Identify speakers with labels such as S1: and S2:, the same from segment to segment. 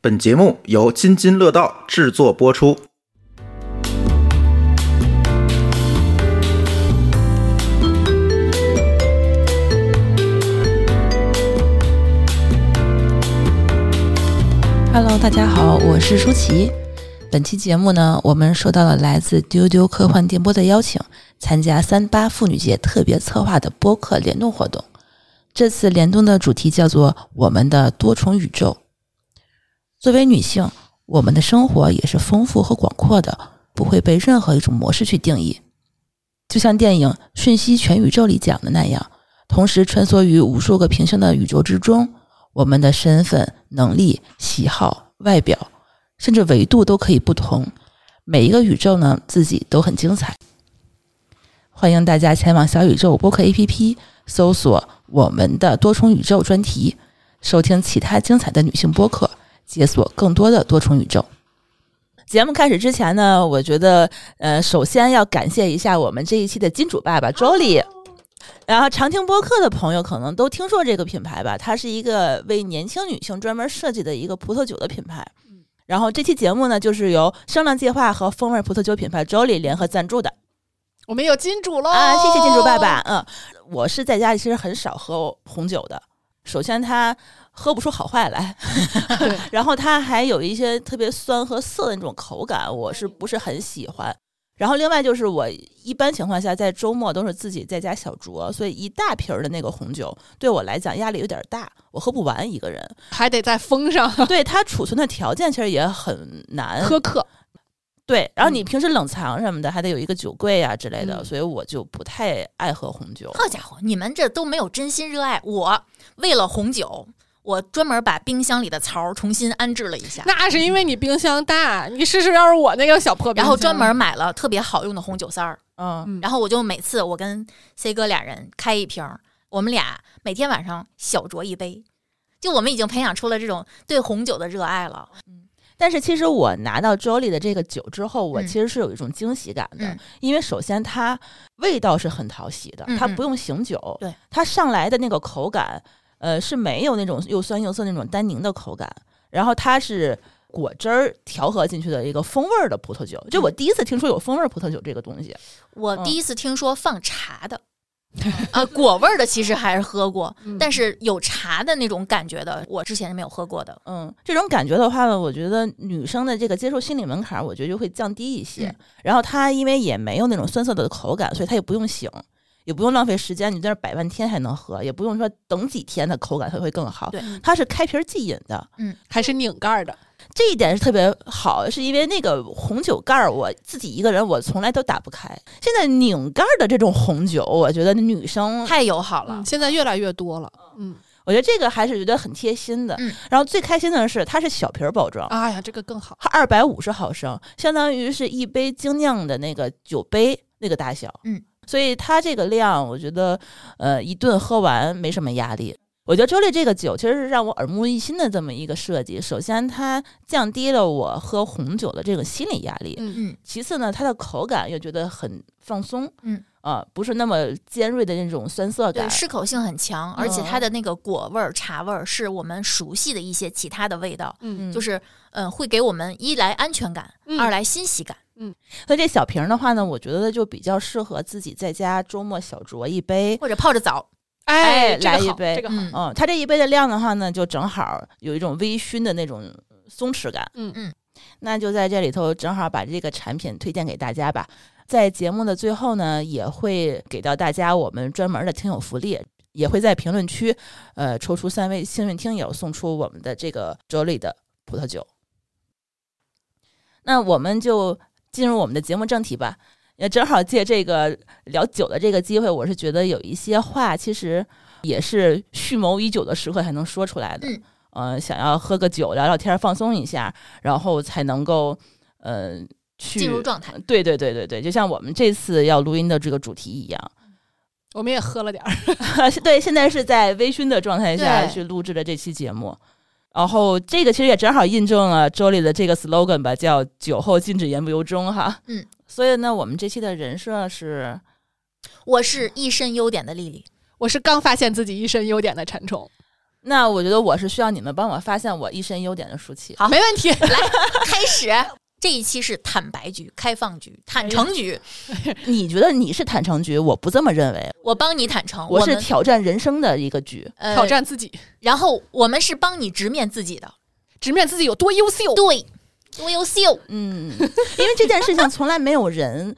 S1: 本节目由津津乐道制作播出。
S2: Hello，大家好，我是舒淇。本期节目呢，我们收到了来自丢丢科幻电波的邀请，参加三八妇女节特别策划的播客联动活动。这次联动的主题叫做“我们的多重宇宙”。作为女性，我们的生活也是丰富和广阔的，不会被任何一种模式去定义。就像电影《瞬息全宇宙》里讲的那样，同时穿梭于无数个平行的宇宙之中，我们的身份、能力、喜好、外表，甚至维度都可以不同。每一个宇宙呢，自己都很精彩。欢迎大家前往小宇宙播客 APP 搜索“我们的多重宇宙”专题，收听其他精彩的女性播客，解锁更多的多重宇宙。节目开始之前呢，我觉得，呃，首先要感谢一下我们这一期的金主爸爸 Jolly。然
S3: 哦
S2: 后常听播客的朋友可能都听说这个品牌吧，它是一个为年轻女性专门设计的一个葡萄酒的品牌。然后这期节目呢，就是由声浪计划和风味葡萄酒品牌 Jolly 联合赞助的。
S3: 我们有金主喽！
S2: 啊，谢谢金主爸爸。。嗯，我是在家里其实很少喝红酒的。首先，它喝不出好坏来，
S3: 对，
S2: 然后它还有一些特别酸和涩的那种口感，我是不是很喜欢？然后另外就是我一般情况下在周末都是自己在家小酌，所以一大瓶儿的那个红酒对我来讲压力有点大，我喝不完一个 人。
S3: 还得再封上
S2: 对它储存的条件其实也很难，
S3: 苛刻。
S2: 对，然后你
S3: 嗯
S2: 平时冷藏什么的，还得有一个酒柜啊之类的，
S3: 嗯
S2: 所以我就不太爱喝红 酒。
S4: 好家伙，你们这都没有真心热爱。我为了红酒，我专门把冰箱里的槽儿重新安置了一下，
S3: 那是因为你冰箱大，你试试，要是我那个小破冰箱，
S4: 然后专门买了特别好用的红酒塞儿。
S2: 嗯，
S3: 嗯
S4: 然后我就每次我跟 C 哥俩人开一瓶儿，我们俩每天晚上小酌一杯。就我们已经培养出了这种对红酒的热爱了，
S2: 但是其实我拿到 Jolly 的这个酒之后，我
S4: 嗯
S2: 其实是有一种惊喜感的，
S4: 嗯
S2: 因为首先它味道是很讨喜的，
S4: 嗯
S2: 它
S4: 嗯
S2: 不用醒酒，
S4: 对
S2: 它上来的那个口感，呃，是没有那种又酸又涩那种单宁的口感，然后它是。果汁儿调和进去的一个风味儿的葡萄酒，
S4: 嗯
S2: 就我第一次听说有风味儿葡萄酒这个东西。
S4: 我
S2: 嗯
S4: 第一次听说放茶 的，啊，果味儿的其实还是喝过，
S3: 嗯
S4: 但是有茶的那种感觉的，我之前是没有喝过的。
S2: 嗯，这种感觉的话呢，我觉得女生的这个接受心理门槛儿，我觉得就会降低一些。
S4: 嗯
S2: 然后它因为也没有那种酸涩的口感，所以它也不用醒，也不用浪费时间，你在那儿摆半天还能喝，也不用说等几天的口感它会更好。
S4: 对，
S2: 它是开瓶儿即饮的，
S3: 还是拧盖儿的，
S2: 这一点是特别好，是因为那个红酒盖儿，我自己一个人我从来都打不开。现在拧盖儿的这种红酒，我觉得女
S3: 嗯
S2: 生
S4: 太友好了，
S3: 现在越来越多了。嗯，
S2: 我觉得这个还是觉得很贴心的。
S4: 嗯
S2: 然后最开心的是它是小瓶儿包装，
S3: 哎呀，这个更好。
S2: 它二百五十毫升，相当于是一杯精酿的那个酒杯那个大小。
S4: 嗯，
S2: 所以它这个量，我觉得呃一顿喝完没什么压力。我觉得周丽这个酒其实是让我耳目一新的这么一个设计。首先，它降低了我喝红酒的这个心理压力；
S3: 嗯，
S4: 嗯
S2: 其次呢，它的口感又觉得很放松，
S4: 嗯
S2: 啊、不是那么尖锐的那种酸涩
S4: 对，
S2: 感。
S4: 适口性很强，而且
S3: 嗯
S4: 它的那个果味儿、茶味儿是我们熟悉的一些其他的味道，
S2: 嗯，
S4: 就是嗯、呃会给我们一来安全感，
S3: 嗯
S4: 二来欣喜感。
S2: 所以这小瓶儿的话呢，我觉得就比较适合自己在家周末小酌一杯，
S4: 或者泡着枣，
S2: 哎
S3: 这个
S2: 来一
S3: 好
S2: 杯
S3: 这个好。
S4: 嗯
S2: 嗯，它这一杯的量的话呢，就正好有一种微醺的那种松弛感。
S3: 嗯
S4: 嗯，
S2: 那就在这里头正好把这个产品推荐给大家吧。在节目的最后呢，也会给到大家我们专门的听友福利，也会在评论区呃抽出三位幸运听友，送出我们的这个 Jolly 的葡萄酒。那我们就进入我们的节目正题吧。也正好借这个聊酒的这个机会，我是觉得有一些话其实也是蓄谋已久的时刻才能说出来的。
S4: 嗯
S2: 呃，想要喝个酒聊聊天儿，放松一下，然后才能够呃去
S4: 进入状态。
S2: 对对对对对，就像我们这次要录音的这个主题一样，
S3: 我们也喝了点儿，
S2: 对，现在是在微醺的状态下
S4: 对
S2: 去录制的这期节目。然后这个其实也正好印证了 Jolly 的这个 slogan 吧，叫“酒后禁止言不由衷”哈。
S4: 嗯，
S2: 所以呢，我们这期的人设是，
S4: 我是一身优点的丽丽，
S3: 我是刚发现自己一身优点的馋虫。
S2: 那我觉得我是需要你们帮我发现我一身优点的舒 淇。
S4: 好
S3: 没问题。
S4: 开始。这一期是坦白局、开放局、坦
S3: 哎
S4: 诚局，
S2: 你觉得你是坦诚局？我不这么认为，
S4: 我帮你坦诚，
S2: 我是
S4: 们
S2: 挑战人生的一个局。
S4: 呃
S3: 挑战自己，
S4: 然后我们是帮你直面自己的，
S3: 直面自己有多优秀。
S4: 对，多优秀。
S2: 嗯，因为这件事情从来没有人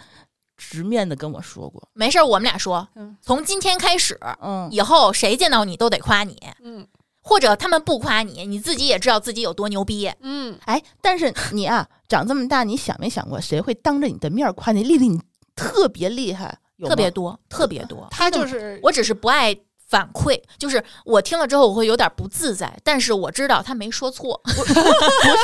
S2: 直面的跟我说过。
S4: 没事儿，我们俩说
S3: 嗯，
S4: 从今天开始，
S2: 嗯，
S4: 以后谁见到你都得夸你，
S3: 嗯
S4: 或者他们不夸你，你自己也知道自己有多牛逼。
S3: 嗯，
S2: 哎，但是你啊，长这么大，你想没想过谁会当着你的面儿夸你？丽丽，你特别厉害，有吗
S4: 特别多，特别多。
S3: 他就是
S4: 我只是不爱反馈，就是我听了之后我会有点不自在，但是我知道他没说错，
S2: 不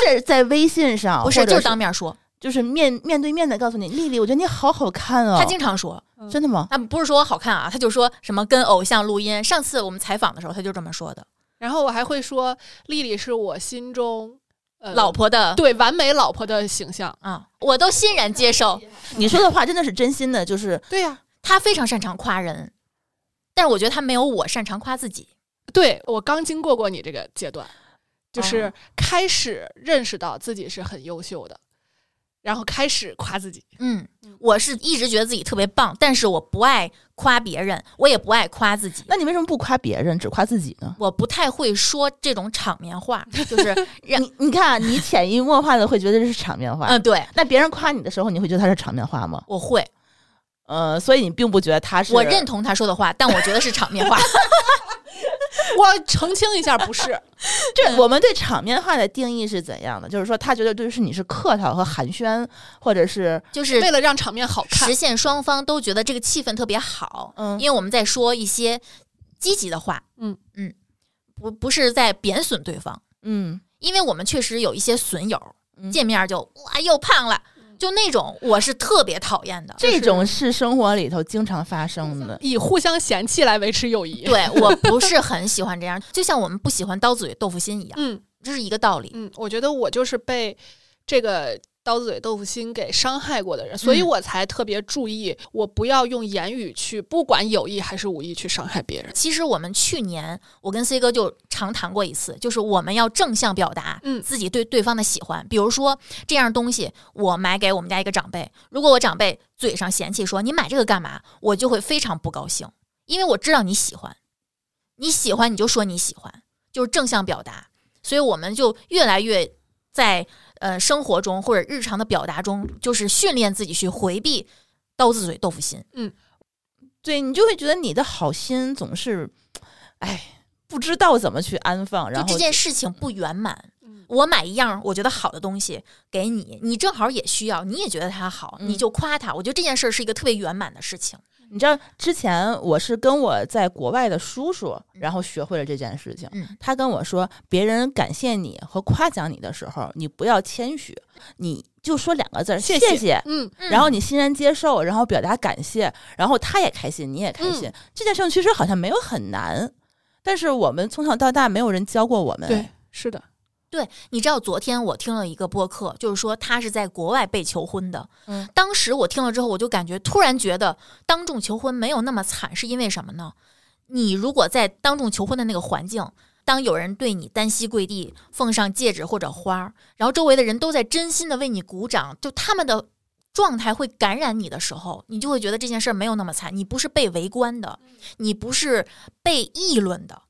S2: 是在微信上，
S4: 不是
S2: 啊或者
S4: 就是当面说。
S2: 就是面面对面的告诉你，丽丽，我觉得你好好看哦。
S4: 他经常说，
S2: 真的吗？
S4: 他不是说我好看啊，他就说什么跟偶像录音。上次我们采访的时候，他就这么说的。
S3: 然后我还会说，丽丽是我心中呃
S4: 老婆的
S3: 对完美老婆的形象。
S4: 啊，我都欣然接受。
S2: 你说的话真的是真心的，就是
S3: 对呀、
S4: 他非常擅长夸人，但是我觉得他没有我擅长夸自己。
S3: 对我刚经过过你这个阶段，就是开始认识到自己是很优秀的，然后开始夸 自己。
S4: 嗯，我是一直觉得自己特别棒，但是我不爱夸别人，我也不爱夸自己。
S2: 那你为什么不夸别人，只夸自己呢？
S4: 我不太会说这种场面话， 就是让
S2: 你你看啊，你潜移默化的会觉得这是场面话。
S4: 嗯，对，
S2: 那别人夸你的时候，你会觉得他是场面话吗？
S4: 我会，
S2: 呃，所以你并不觉得他是
S4: 我认同他说的话，但我觉得是场 面话。
S3: 我澄清一下，不 是，
S2: 这。我们对场面话的定义是怎样的？就是说，他觉得对是你是客套和寒暄，或者是
S4: 就是
S3: 为了让场面好看
S4: 实。现双方都觉得这个气氛特别好，
S2: 嗯
S4: 因为我们在说一些积极的话，
S3: 嗯
S4: 嗯，不不是在贬损对方，
S2: 嗯
S4: 因为我们确实有一些损友，
S2: 嗯
S4: 见面就哇又胖了，就那种我是特别讨厌的，
S2: 这种是生活里头经常发生的。
S3: 以互相嫌弃来维持友谊，，
S4: 对我不是很喜欢这样，就像我们不喜欢刀子嘴豆腐心一样，
S3: 嗯
S4: 这是一个道理。
S3: 嗯，我觉得我就是被这个刀子嘴豆腐心给伤害过的人，所以我才特别注意，我不要用言语去，不管有意还是无意去伤害别人。
S4: 其实我们去年我跟 C 哥就常谈过一次，就是我们要正向表达，
S3: 嗯
S4: 自己对对方的喜欢。比如说这样东西，我买给我们家一个长辈，如果我长辈嘴上嫌弃说你买这个干嘛，我就会非常不高兴，因为我知道你喜欢，你喜欢你就说你喜欢，就是正向表达。所以我们就越来越在呃生活中或者日常的表达中，就是训练自己去回避刀子嘴豆腐心。
S2: 对你就会觉得你的好心总是，哎，不知道怎么去安放，然
S4: 就
S2: 后
S4: 这件事情不圆满。我买一样我觉得好的东西给你，你正好也需要，你也觉得它好，
S2: 嗯
S4: 你就夸它。我觉得这件事儿是一个特别圆满的事情。
S2: 你知道之前我是跟我在国外的叔叔，然后学会了这件事情。
S4: 嗯
S2: 他跟我说，别人感谢你和夸奖你的时候，你不要谦虚，你就说两个字儿“
S3: 谢
S2: 谢
S3: 谢
S2: 谢”，
S3: 嗯，
S4: 嗯
S2: 然后你欣然接受，然后表达感谢，然后他也开心，你也开
S4: 嗯
S2: 心。这件事情其实好像没有很难，但是我们从小到大没有人教过我们。
S3: 对，，是的，
S4: 对，你知道昨天我听了一个播客，就是说他是在国外被求婚的。
S2: 嗯，
S4: 当时我听了之后，我就感觉突然觉得当众求婚没有那么惨，是因为什么呢？你如果在当众求婚的那个环境，当有人对你单膝跪地奉上戒指或者花儿，然后周围的人都在真心的为你鼓掌，就他们的状态会感染你的时候，你就会觉得这件事儿没有那么惨，你不是被围观的，你不是被议论的。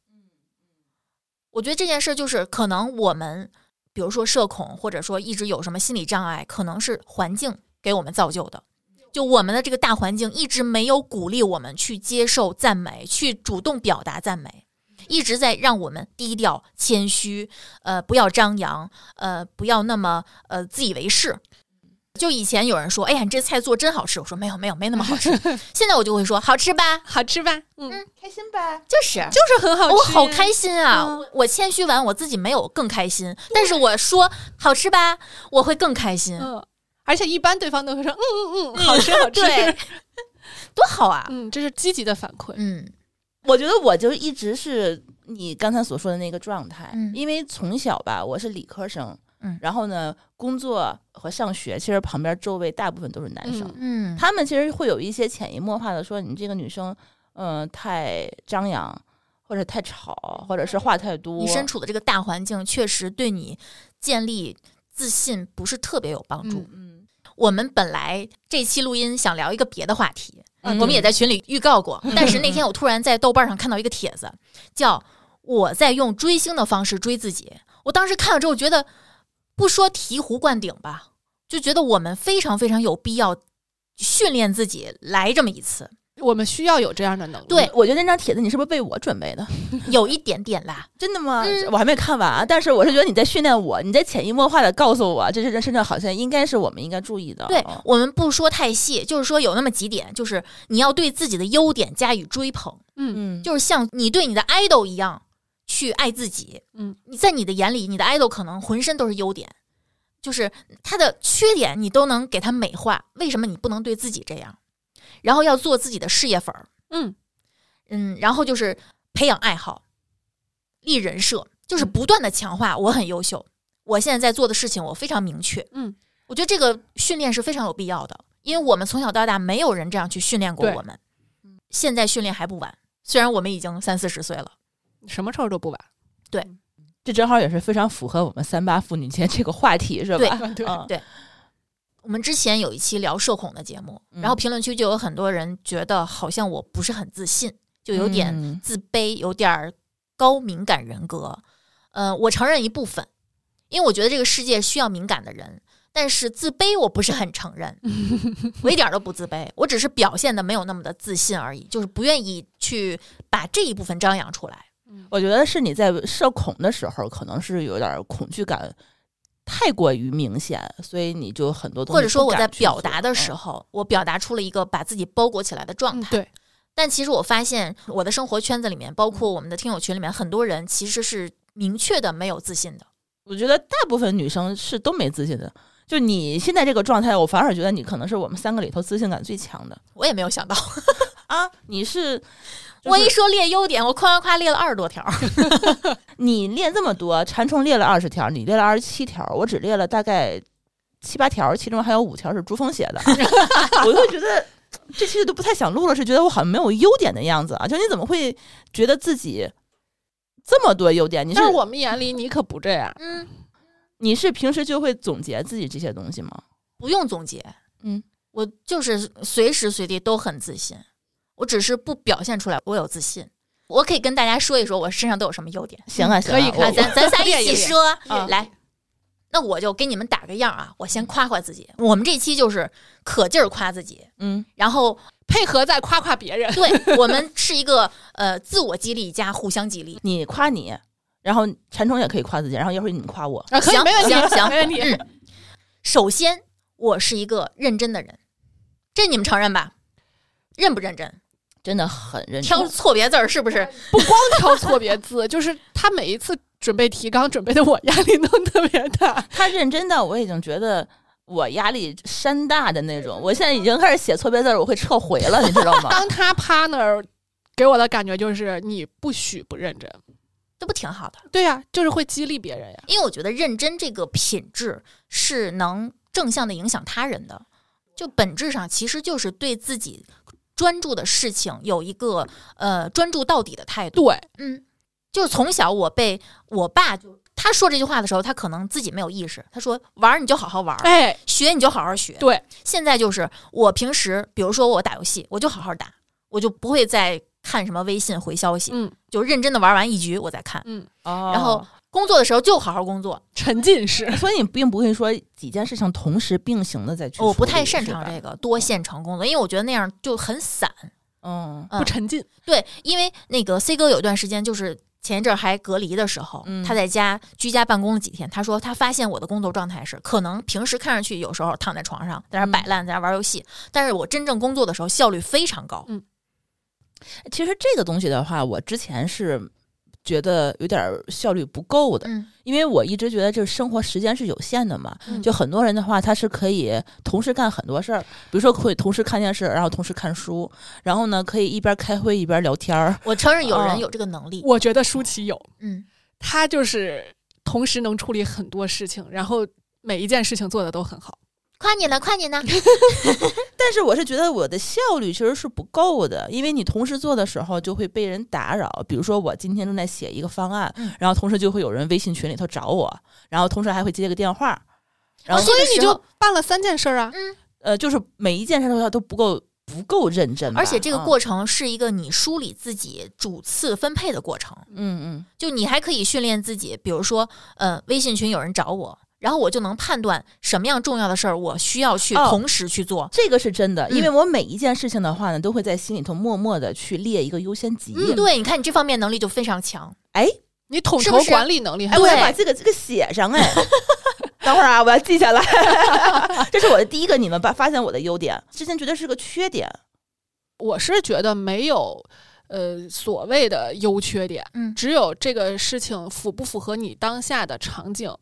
S4: 我觉得这件事就是可能我们，比如说社恐，或者说一直有什么心理障碍，可能是环境给我们造就的。就我们的这个大环境一直没有鼓励我们去接受赞美，去主动表达赞美，一直在让我们低调、谦虚，呃，不要张扬，呃，不要那么呃自以为是。就以前有人说：“哎呀，你这菜做真好吃。”我说：“没有，没有，没那么好吃。”现在我就会说：“好吃吧
S3: 好吃吧？嗯，
S2: 开心吧？”
S4: 就是
S3: 就是很哦好吃，
S4: 我好开心啊！
S3: 嗯
S4: 我我谦虚完，我自己没有更开心，但是我说好吃吧，我会更开心。
S3: 嗯，而且一般对方都会说，嗯嗯嗯，好吃好吃，
S4: 对，多好啊！
S3: 嗯，这是积极的反馈，
S4: 嗯
S2: 我觉得我就一直是你刚才所说的那个状态，
S4: 嗯
S2: 因为从小吧，我是理科生，
S4: 嗯
S2: 然后呢，工作和上学，其实旁边周围大部分都是男生，
S3: 嗯
S4: 嗯，
S2: 呃他们其实会有一些潜移默化的说你这个女生，嗯、太张扬，或者太吵，或者是话太多，
S4: 你身处的这个大环境确实对你建立自信不是特别有帮助。
S2: 嗯
S4: 我们本来这期录音想聊一个别的话题，
S2: 嗯
S4: 我们也在群里预告过，但是那天我突然在豆瓣上看到一个帖子，叫“我在用追星的方式追自己”。我当时看了之后觉得，不说醍醐灌顶吧，就觉得我们非常非常有必要训练自己来这么一次。
S3: 我们需要有这样的能力。
S4: 对
S2: 我觉得那张帖子你是不是为我准备的？
S4: 有一点点啦，
S2: 真的吗？
S4: 嗯
S2: 我还没看完啊，但是我是觉得你在训练我，你在潜移默化的告诉我，这是这身上好像应该是我们应该注意的。哦
S4: 对我们不说太细，就是说有那么几点，就是你要对自己的优点加以追捧，
S3: 嗯，
S2: 嗯，
S4: 就是像你对你的 idol 一样去爱自己。
S3: 嗯，
S4: 你在你的眼里，你的 idol 可能浑身都是优点，就是他的缺点你都能给他美化。为什么你不能对自己这样？然后要做自己的事业粉儿，
S3: 嗯，
S4: 嗯，然后就是培养爱好，立人设，就是
S3: 嗯
S4: 不断的强化我很优秀，我现在在做的事情我非常明确。
S3: 嗯，
S4: 我觉得这个训练是非常有必要的，因为我们从小到大没有人这样去训练过
S3: 对
S4: 我们。现在训练还不晚，虽然我们已经三四十岁了。
S3: 什么时候都不晚。
S2: 这正好也是非常符合我们三八妇女节这个话题，是吧？
S4: 对
S3: 对
S2: 嗯
S4: 我们之前有一期聊社恐的节目，
S2: 嗯
S4: 然后评论区就有很多人觉得好像我不是很自信，就有点
S2: 嗯
S4: 自卑，有点儿高敏感人格。呃，我承认一部分，因为我觉得这个世界需要敏感的人，但是自卑我不是很承 认，我一点儿都不自卑，我只是表现的没有那么的自信而已，就是不愿意去把这一部分张扬出来。
S2: 我觉得是你在社恐的时候，可能是有点恐惧感太过于明显，所以你就很多东西
S4: 或者说我
S2: 不
S4: 在
S2: 敢去
S4: 表达的时
S2: 做，嗯
S4: 候，我表达出了一个把自己包裹起来的状
S3: 嗯，
S4: 态。
S3: 对，
S4: 但其实我发现，我的生活圈子里面，
S2: 嗯
S4: 包括我们的听友群里面，很多人其实是明确的没有自信的。
S2: 嗯我觉得大部分女生是都没自信的。就你现在这个状态，我反而觉得你可能是我们三个里头自信感最强的
S4: 我也没有想到，
S2: 啊！你是，就
S4: 我
S2: 是
S4: 一说列优点，我夸夸夸列了二十多条。
S2: 你列这么多，馋虫列了二十条，你列了二十七条，我只列了大概七八条，其中还有五条是朱峰写 的，我就觉得这期都不太想录了，是觉得我好像没有优点的样子啊！就你怎么会觉得自己这么多优点？你是
S3: 但是我们眼里你可不这样。
S4: 嗯，
S2: 你是平时就会总结自己这些东西吗？
S3: 嗯
S4: 不用总结，
S2: 嗯，
S4: 我就是随时随地都很自信，我只是不表现出来，我有自信。我可以跟大家说一说我身上都有什么 优点。
S2: 行啊，行啊
S3: 可以可以
S2: 我
S4: 啊，咱咱仨一起说
S2: 啊
S4: 来。那我就给你们打个样啊，我
S2: 嗯
S4: 先夸夸自己。我们这期就是可劲儿夸自己，
S2: 嗯，
S4: 然后
S3: 配合再夸夸别 人，
S4: 对我们是一个呃自我激励加互相激励。
S2: 你夸你，然后馋虫也可以夸自己，然后一会儿你夸我，
S3: 啊，可以，
S4: 行
S3: 没问题，
S4: 行行
S3: 没问题。
S4: 嗯首先，我是一个认真的人，这你们承认吧？认不认真？
S2: 真的很认真。
S4: 挑错别字儿是不是？
S3: 不光挑错别字， 就是他每一次准备提纲，准备的我压力都特别 大。
S2: 他认真到我已经觉得我压力山大的那种，我现在已经开始写错别字儿，我会撤回了，你知道 吗？
S3: 当他趴那儿，给我的感觉就是你不许不认真。
S4: 这不挺好的？
S3: 对呀、就是会激励别人呀。
S4: 因为我觉得认真这个品质是能正向的影响他人的，就本质上其实就是对自己专注的事情有一个呃专注到底的态度。
S3: 对，
S4: 嗯，就是从小我被我爸就他说这句话的时候，他可能自己没有意识，他说玩儿你就好好玩儿，
S3: 哎，
S4: 学你就好好学。
S3: 对，
S4: 现在就是我平时，比如说我打游戏，我就好好打，我就不会再看什么微信回消息，
S3: 嗯
S4: 就认真的玩完一局我再看。
S3: 嗯，
S2: 哦
S4: 然后工作的时候就好好工作，
S3: 沉浸式。
S2: 所以你并不会说几件事情同时并行的再去处理，
S4: 我不太擅长
S2: 是吧
S4: 这个多线程工作，因为我觉得那样就很散。
S2: 嗯
S4: 嗯
S3: 不沉浸，
S4: 对，因为那个 C 哥有一段时间就是。前一阵儿还隔离的时候，
S2: 嗯
S4: 他在家居家办公了几天。他说他发现我的工作状态是，可能平时看上去有时候躺在床上在那儿摆烂，在那儿玩游戏，但是我真正工作的时候效率非常高。
S2: 其实这个东西的话，我之前是觉得有点儿效率不够的，
S4: 嗯，
S2: 因为我一直觉得这生活时间是有限的嘛。
S4: 嗯
S2: 就很多人的话，他是可以同时干很多事儿，比如说可以同时看电视，然后同时看书，然后呢可以一边开会一边聊天儿。
S4: 我承认有人
S2: 哦
S4: 有这个能力。
S3: 我觉得舒淇有，
S4: 嗯，
S3: 她就是同时能处理很多事情，然后每一件事情做的都很好。
S4: 夸你呢，夸你呢。
S2: 但是我是觉得我的效率其实是不够的，因为你同时做的时候就会被人打扰。比如说我今天正在写一个方案，
S4: 嗯
S2: 然后同时就会有人微信群里头找我，然后同时还会接个电话，然后
S4: 这
S3: 所
S4: 个
S3: 以你
S4: 时候
S3: 就办了三件事儿啊，
S2: 呃，就是每一件事都要都不够不够认真吧。
S4: 而且这个
S2: 啊
S4: 过程是一个你梳理自己主次分配的过程，
S2: 嗯嗯
S4: 就你还可以训练自己，比如说，呃，微信群有人找我，然后我就能判断什么样重要的事儿我需要去
S2: 哦
S4: 同时去做。
S2: 这个是真的，
S4: 嗯
S2: 因为我每一件事情的话呢，都会在心里头默默的去列一个优先级。
S4: 嗯，对，你看你这方面能力就非常强。
S2: 哎
S3: 你统
S4: 是不
S3: 筹
S4: 是
S3: 管理能力还
S2: 哎，我要
S4: 对
S2: 把这个这个写上哎。 等会儿啊，我要记下来。 这是我的第一个，你们把发现我的优点，之前觉得是个缺点。
S3: 我是觉得没有呃所谓的优缺点，
S4: 嗯
S3: 只有这个事情符不符合你当下的场景。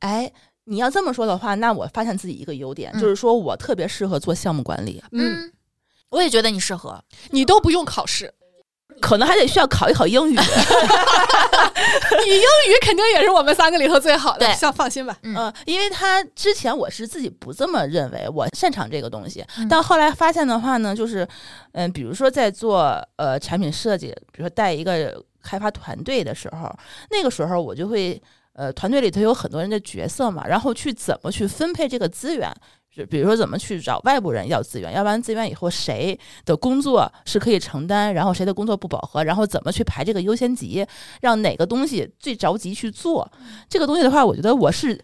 S2: 哎，你要这么说的话，那我发现自己一个优点，
S4: 嗯
S2: 就是说我特别适合做项目管理，
S3: 嗯，
S4: 嗯，我也觉得你适合。
S3: 你都不用考试，
S2: 可能还得需要考一考英语。
S3: 你英语肯定也是我们三个里头最好的，
S4: 对
S3: 像放心吧。
S4: 嗯
S2: 呃，因为他之前我是自己不这么认为，我擅长这个东西，
S4: 嗯
S2: 但后来发现的话呢，就是，嗯、比如说在做呃产品设计，比如说带一个开发团队的时候，那个时候我就会，呃，团队里头有很多人的角色嘛，然后去怎么去分配这个资源。就比如说，怎么去找外部人要资源，要不然资源以后谁的工作是可以承担，然后谁的工作不饱和，然后怎么去排这个优先级，让哪个东西最着急去做。这个东西的话，我觉得我是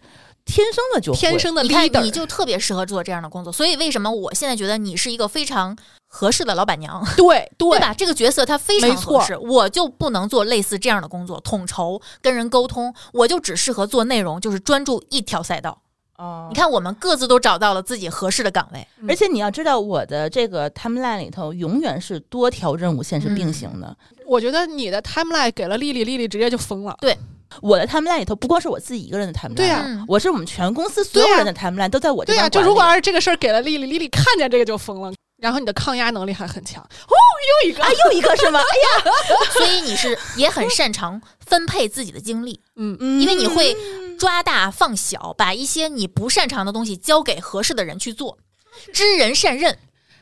S2: 天生的就会
S3: 天生的
S4: 你看，
S3: leader，
S4: 你就特别适合做这样的工作，所以为什么我现在觉得你是一个非常合适的老板娘，
S3: 对对
S4: 对吧？这个角色她非常
S3: 没错
S4: 合适，我就不能做类似这样的工作，统筹跟人沟通，我就只适合做内容，就是专注一条赛道。
S2: 哦
S4: 你看，我们各自都找到了自己合适的岗位，
S2: 而且你要知道，我的这个 timeline 里头永远是多条任务线是并行的。
S3: 我觉得你的 timeline 给了丽丽，丽丽直接就疯了。
S2: 我的 timeline 里头不光是我自己一个人的 timeline，
S3: 对啊
S4: 嗯，
S2: 我是我们全公司所有人的 timeline 都在我这
S3: 对
S2: 边
S3: 呀、
S2: 管理。
S3: 就如果要是这个事儿给了丽丽，丽丽看见这个就疯了。然后你的抗压能力还很强，哦，又一个，
S2: 啊，又一个是吗？哎呀，
S4: 所以你是也很擅长分配自己的精力，
S3: 嗯，
S2: 嗯
S4: 因为你会抓大放小，把一些你不擅长的东西交给合适的人去做，知人善任。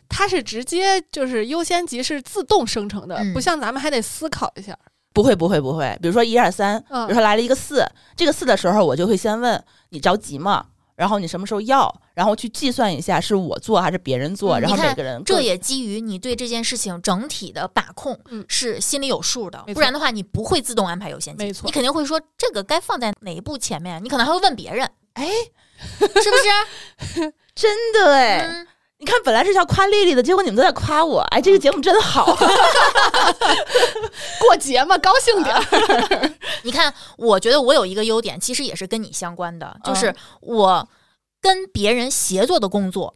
S3: 它是直接就是优先级是自动生成的，
S4: 嗯
S3: 不像咱们还得思考一下。
S2: 不会不会不会，比如说一二三，比
S3: 嗯
S2: 如说来了一个四，这个四的时候我就会先问你着急吗？然后你什么时候要？然后去计算一下是我做还是别人做，
S4: 嗯
S2: 然后
S4: 你看
S2: 每个人各
S4: 这也基于你对这件事情整体的把控
S3: 嗯
S4: 是心里有数的，
S3: 没错
S4: 不然的话你不会自动安排优先级，
S3: 没错
S4: 你肯定会说这个该放在哪一步前面，你可能还会问别人，
S2: 哎，
S4: 是 不是？
S2: 真的哎，
S4: 嗯，
S2: 你看本来是要夸丽丽的，结果你们都在夸我，哎，这个节目真 好。
S3: 过节嘛，高兴点儿。
S4: 你看，我觉得我有一个优点，其实也是跟你相关的，
S2: 嗯
S4: 就是我跟别人协作的工作。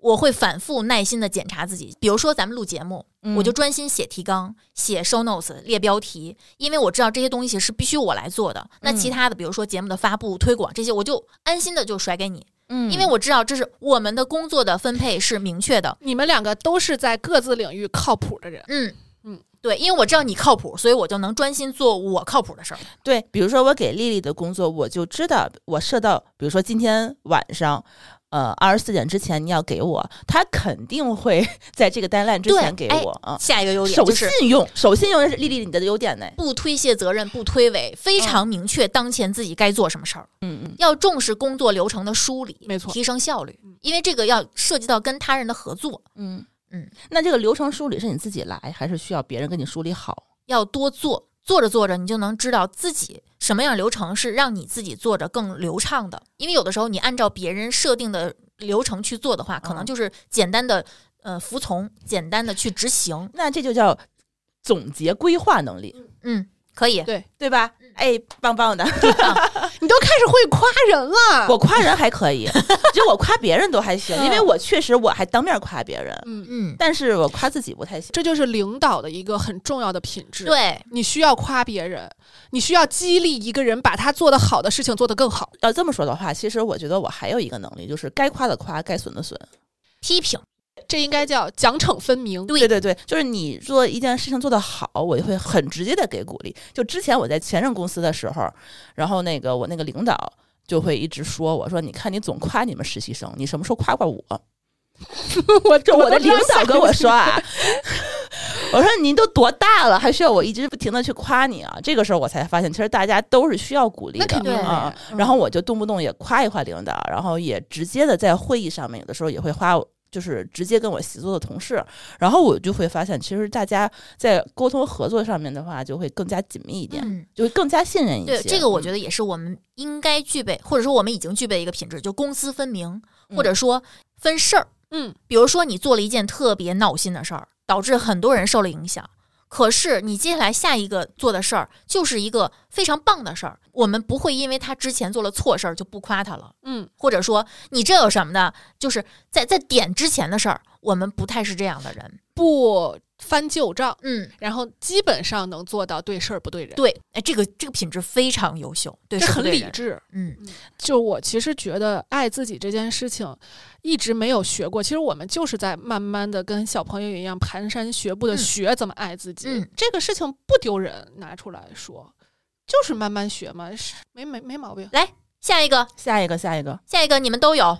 S4: 我会反复耐心的检查自己，比如说咱们录节目，
S2: 嗯
S4: 我就专心写提纲、写 show notes、列标题，因为我知道这些东西是必须我来做的。那
S2: 嗯
S4: 其他的，比如说节目的发布、推广这些，我就安心的就甩给你，
S2: 嗯
S4: 因为我知道这是我们的工作的分配是明确 的。
S3: 你们两个都是在各自领域靠谱的人，
S4: 嗯
S3: 嗯，
S4: 对，因为我知道你靠谱，所以我就能专心做我靠谱的事儿。
S2: 对，比如说我给丽丽的工作，我就知道我设到，比如说今天晚上，呃，二十四点之前你要给我，她肯定会在这个 deadline 之
S4: 对
S2: 前给
S4: 哎
S2: 我啊。
S4: 下一个优点
S2: 守
S4: 就是
S2: 信用，守信用是丽丽你的优点呢。
S4: 不推卸责任，不推诿，非常明确当前自己该做什么事儿，
S2: 嗯嗯，
S4: 要重视工作流程的梳理，
S3: 没错嗯
S4: 提升效率，因为这个要涉及到跟他人的合作，
S2: 嗯
S4: 嗯，
S2: 那这个流程梳理是你自己来，还是需要别人给你梳理好？
S4: 要多做，做着做着你就能知道自己什么样流程是让你自己做着更流畅的，因为有的时候你按照别人设定的流程去做的话，
S3: 嗯
S4: 可能就是简单的呃服从，简单的去执行，
S2: 那这就叫总结规划能力，
S4: 嗯，可以，
S2: 对吧？哎，棒棒的！
S3: 你都开始会夸人了。
S2: 我夸人还可以，就我夸别人都还行，因为
S3: 嗯
S2: 我确实我还当面夸别人，
S3: 嗯，
S4: 嗯，
S2: 但是我夸自己不太行。
S3: 这就是领导的一个很重要的品质。，
S4: 对，
S3: 你需要夸别人，你需要激励一个人把他做得好的事情做得更好。
S2: 要这么说的话，其实我觉得我还有一个能力，就是该夸的夸，该损的损。
S4: 批评，
S3: 这应该叫奖惩分明。
S4: 对
S2: 对对对，就是你做一件事情做得好，我就会很直接的给鼓励。就之前我在前任公司的时候，然后那个我那个领导就会一直说我说，你看你总夸你们实习生，你什么时候夸夸我？
S3: 我
S2: 这我的
S3: 都
S2: 领导跟我说
S3: 想
S2: 啊， 我说您都多大了，还需要我一直不停的去夸你啊？这个时候我才发现，其实大家都是需要鼓励
S3: 那肯
S2: 的
S3: 定
S4: 嗯
S3: 的
S2: 啊
S3: 呀。
S2: 然后我就动不动也夸一夸领导，然后也直接的在会议上面，有的时候也会夸我。就是直接跟我协作的同事，然后我就会发现，其实大家在沟通合作上面的话，就会更加紧密一点，
S4: 嗯，
S2: 就会更加信任一
S4: 对，
S2: 些。嗯
S4: 这个
S3: 嗯
S4: 我觉得也是我们应该具备，或者说我们已经具备一个品质，就公私分明，或者说分事儿。
S3: 嗯，
S4: 比如说你做了一件特别闹心的事儿，导致很多人受了影响。可是你接下来下一个做的事儿就是一个非常棒的事儿，我们不会因为他之前做了错事儿就不夸他了，
S3: 嗯，
S4: 或者说你这有什么的，就是在在点之前的事儿，我们不太是这样的人。
S3: 不翻旧账，
S4: 嗯，
S3: 然后基本上能做到对事儿不对人，
S4: 对，哎，这个这个品质非常优秀，对，
S3: 这
S4: 是
S3: 很
S4: 对
S3: 理
S4: 人。
S3: 智。
S4: 嗯
S3: 就我其实觉得爱自己这件事情一直没有学过，其实我们就是在慢慢的跟小朋友一样蹒跚学步的
S4: 嗯
S3: 学怎么爱自己。
S4: 嗯
S3: 这个事情不丢人，拿出来说，就是慢慢学嘛，是没没没毛病
S4: 下一个，
S2: 下一个，下一个，
S4: 下一个你们都有，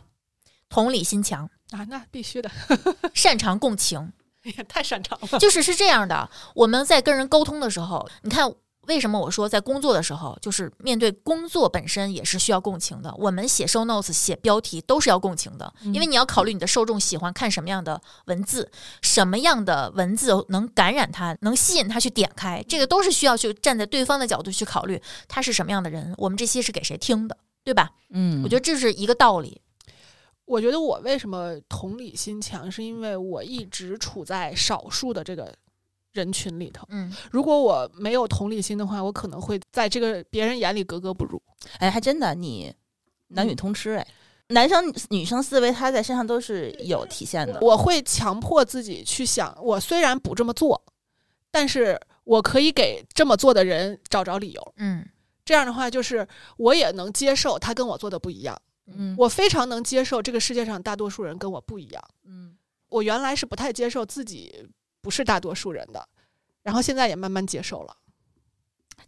S4: 同理心强，
S3: 啊，那必须的，
S4: 擅长共情，
S3: 也太擅长了。
S4: 就是是这样的。我们在跟人沟通的时候，你看为什么我说在工作的时候，就是面对工作本身也是需要共情的。我们写 show notes、写标题都是要共情的，因为你要考虑你的受众喜欢看什么样的文字，什么样的文字能感染他，能吸引他去点开，这个都是需要去站在对方的角度去考虑他是什么样的人，我们这些是给谁听的，对吧？
S2: 嗯，
S4: 我觉得这是一个道理。
S3: 我觉得我为什么同理心强，是因为我一直处在少数的这个人群里头。
S4: 嗯，
S3: 如果我没有同理心的话，我可能会在这个别人眼里格格不入。
S2: 哎，还真的，你男
S4: 嗯
S2: 女通吃哎，男生女生思维他在身上都是有体现的。
S3: 我会强迫自己去想，我虽然不这么做，但是我可以给这么做的人找找理由。
S4: 嗯
S3: 这样的话，就是我也能接受他跟我做的不一样，
S2: 嗯
S3: 我非常能接受这个世界上大多数人跟我不一样。
S2: 嗯，
S3: 我原来是不太接受自己不是大多数人的，然后现在也慢慢接受了。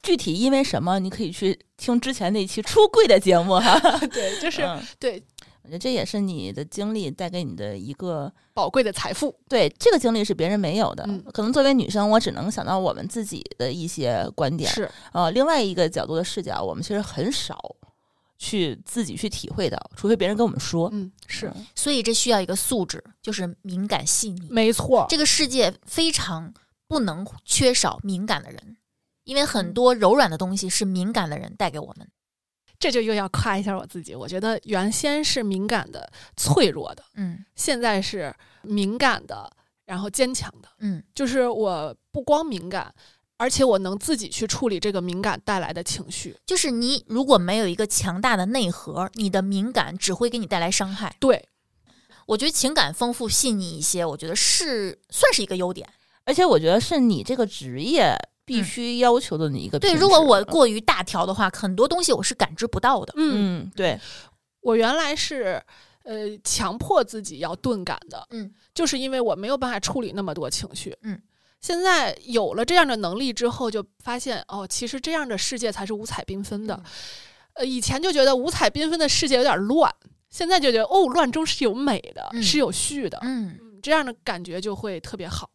S2: 具体因为什么，你可以去听之前那期出柜的节目哈。
S3: 对，就是、
S2: 嗯
S3: 对
S2: 我觉得这也是你的经历带给你的一个。
S3: 宝贵的财富。
S2: 对，这个经历是别人没有的。
S3: 嗯
S2: 可能作为女生，我只能想到我们自己的一些观点。
S3: 是，
S2: 呃，另外一个角度的视角，我们其实很少去自己去体会到，除非别人跟我们说。
S3: 嗯，是，
S2: 嗯
S4: 所以这需要一个素质，就是敏感细腻。
S3: 没错。
S4: 这个世界非常不能缺少敏感的人，因为很多柔软的东西是敏感的人带给我们。
S3: 这就又要夸一下我自己，我觉得原先是敏感的、脆弱的，
S4: 嗯
S3: 现在是敏感的，然后坚强的。
S4: 嗯
S3: 就是我不光敏感，而且我能自己去处理这个敏感带来的情绪。
S4: 就是你如果没有一个强大的内核，你的敏感只会给你带来伤害。
S3: 对，
S4: 我觉得情感丰富细腻一些，我觉得是算是一个优点。
S2: 而且我觉得是你这个职业
S3: 嗯
S2: 必须要求的你一个、
S4: 对，如果我，过于大条的话，很多东西我是感知不到的。
S3: 嗯，
S2: 嗯，对，
S3: 我原来是。呃，强迫自己要钝感的，
S4: 嗯，
S3: 就是因为我没有办法处理那么多情绪，
S4: 嗯。
S3: 现在有了这样的能力之后，就发现哦，其实这样的世界才是五彩缤纷的。呃，以前就觉得五彩缤纷的世界有点乱，现在就觉得哦，乱中是有美的，
S4: 嗯
S3: 是有序的，
S4: 嗯，
S3: 嗯，这样的感觉就会特别好。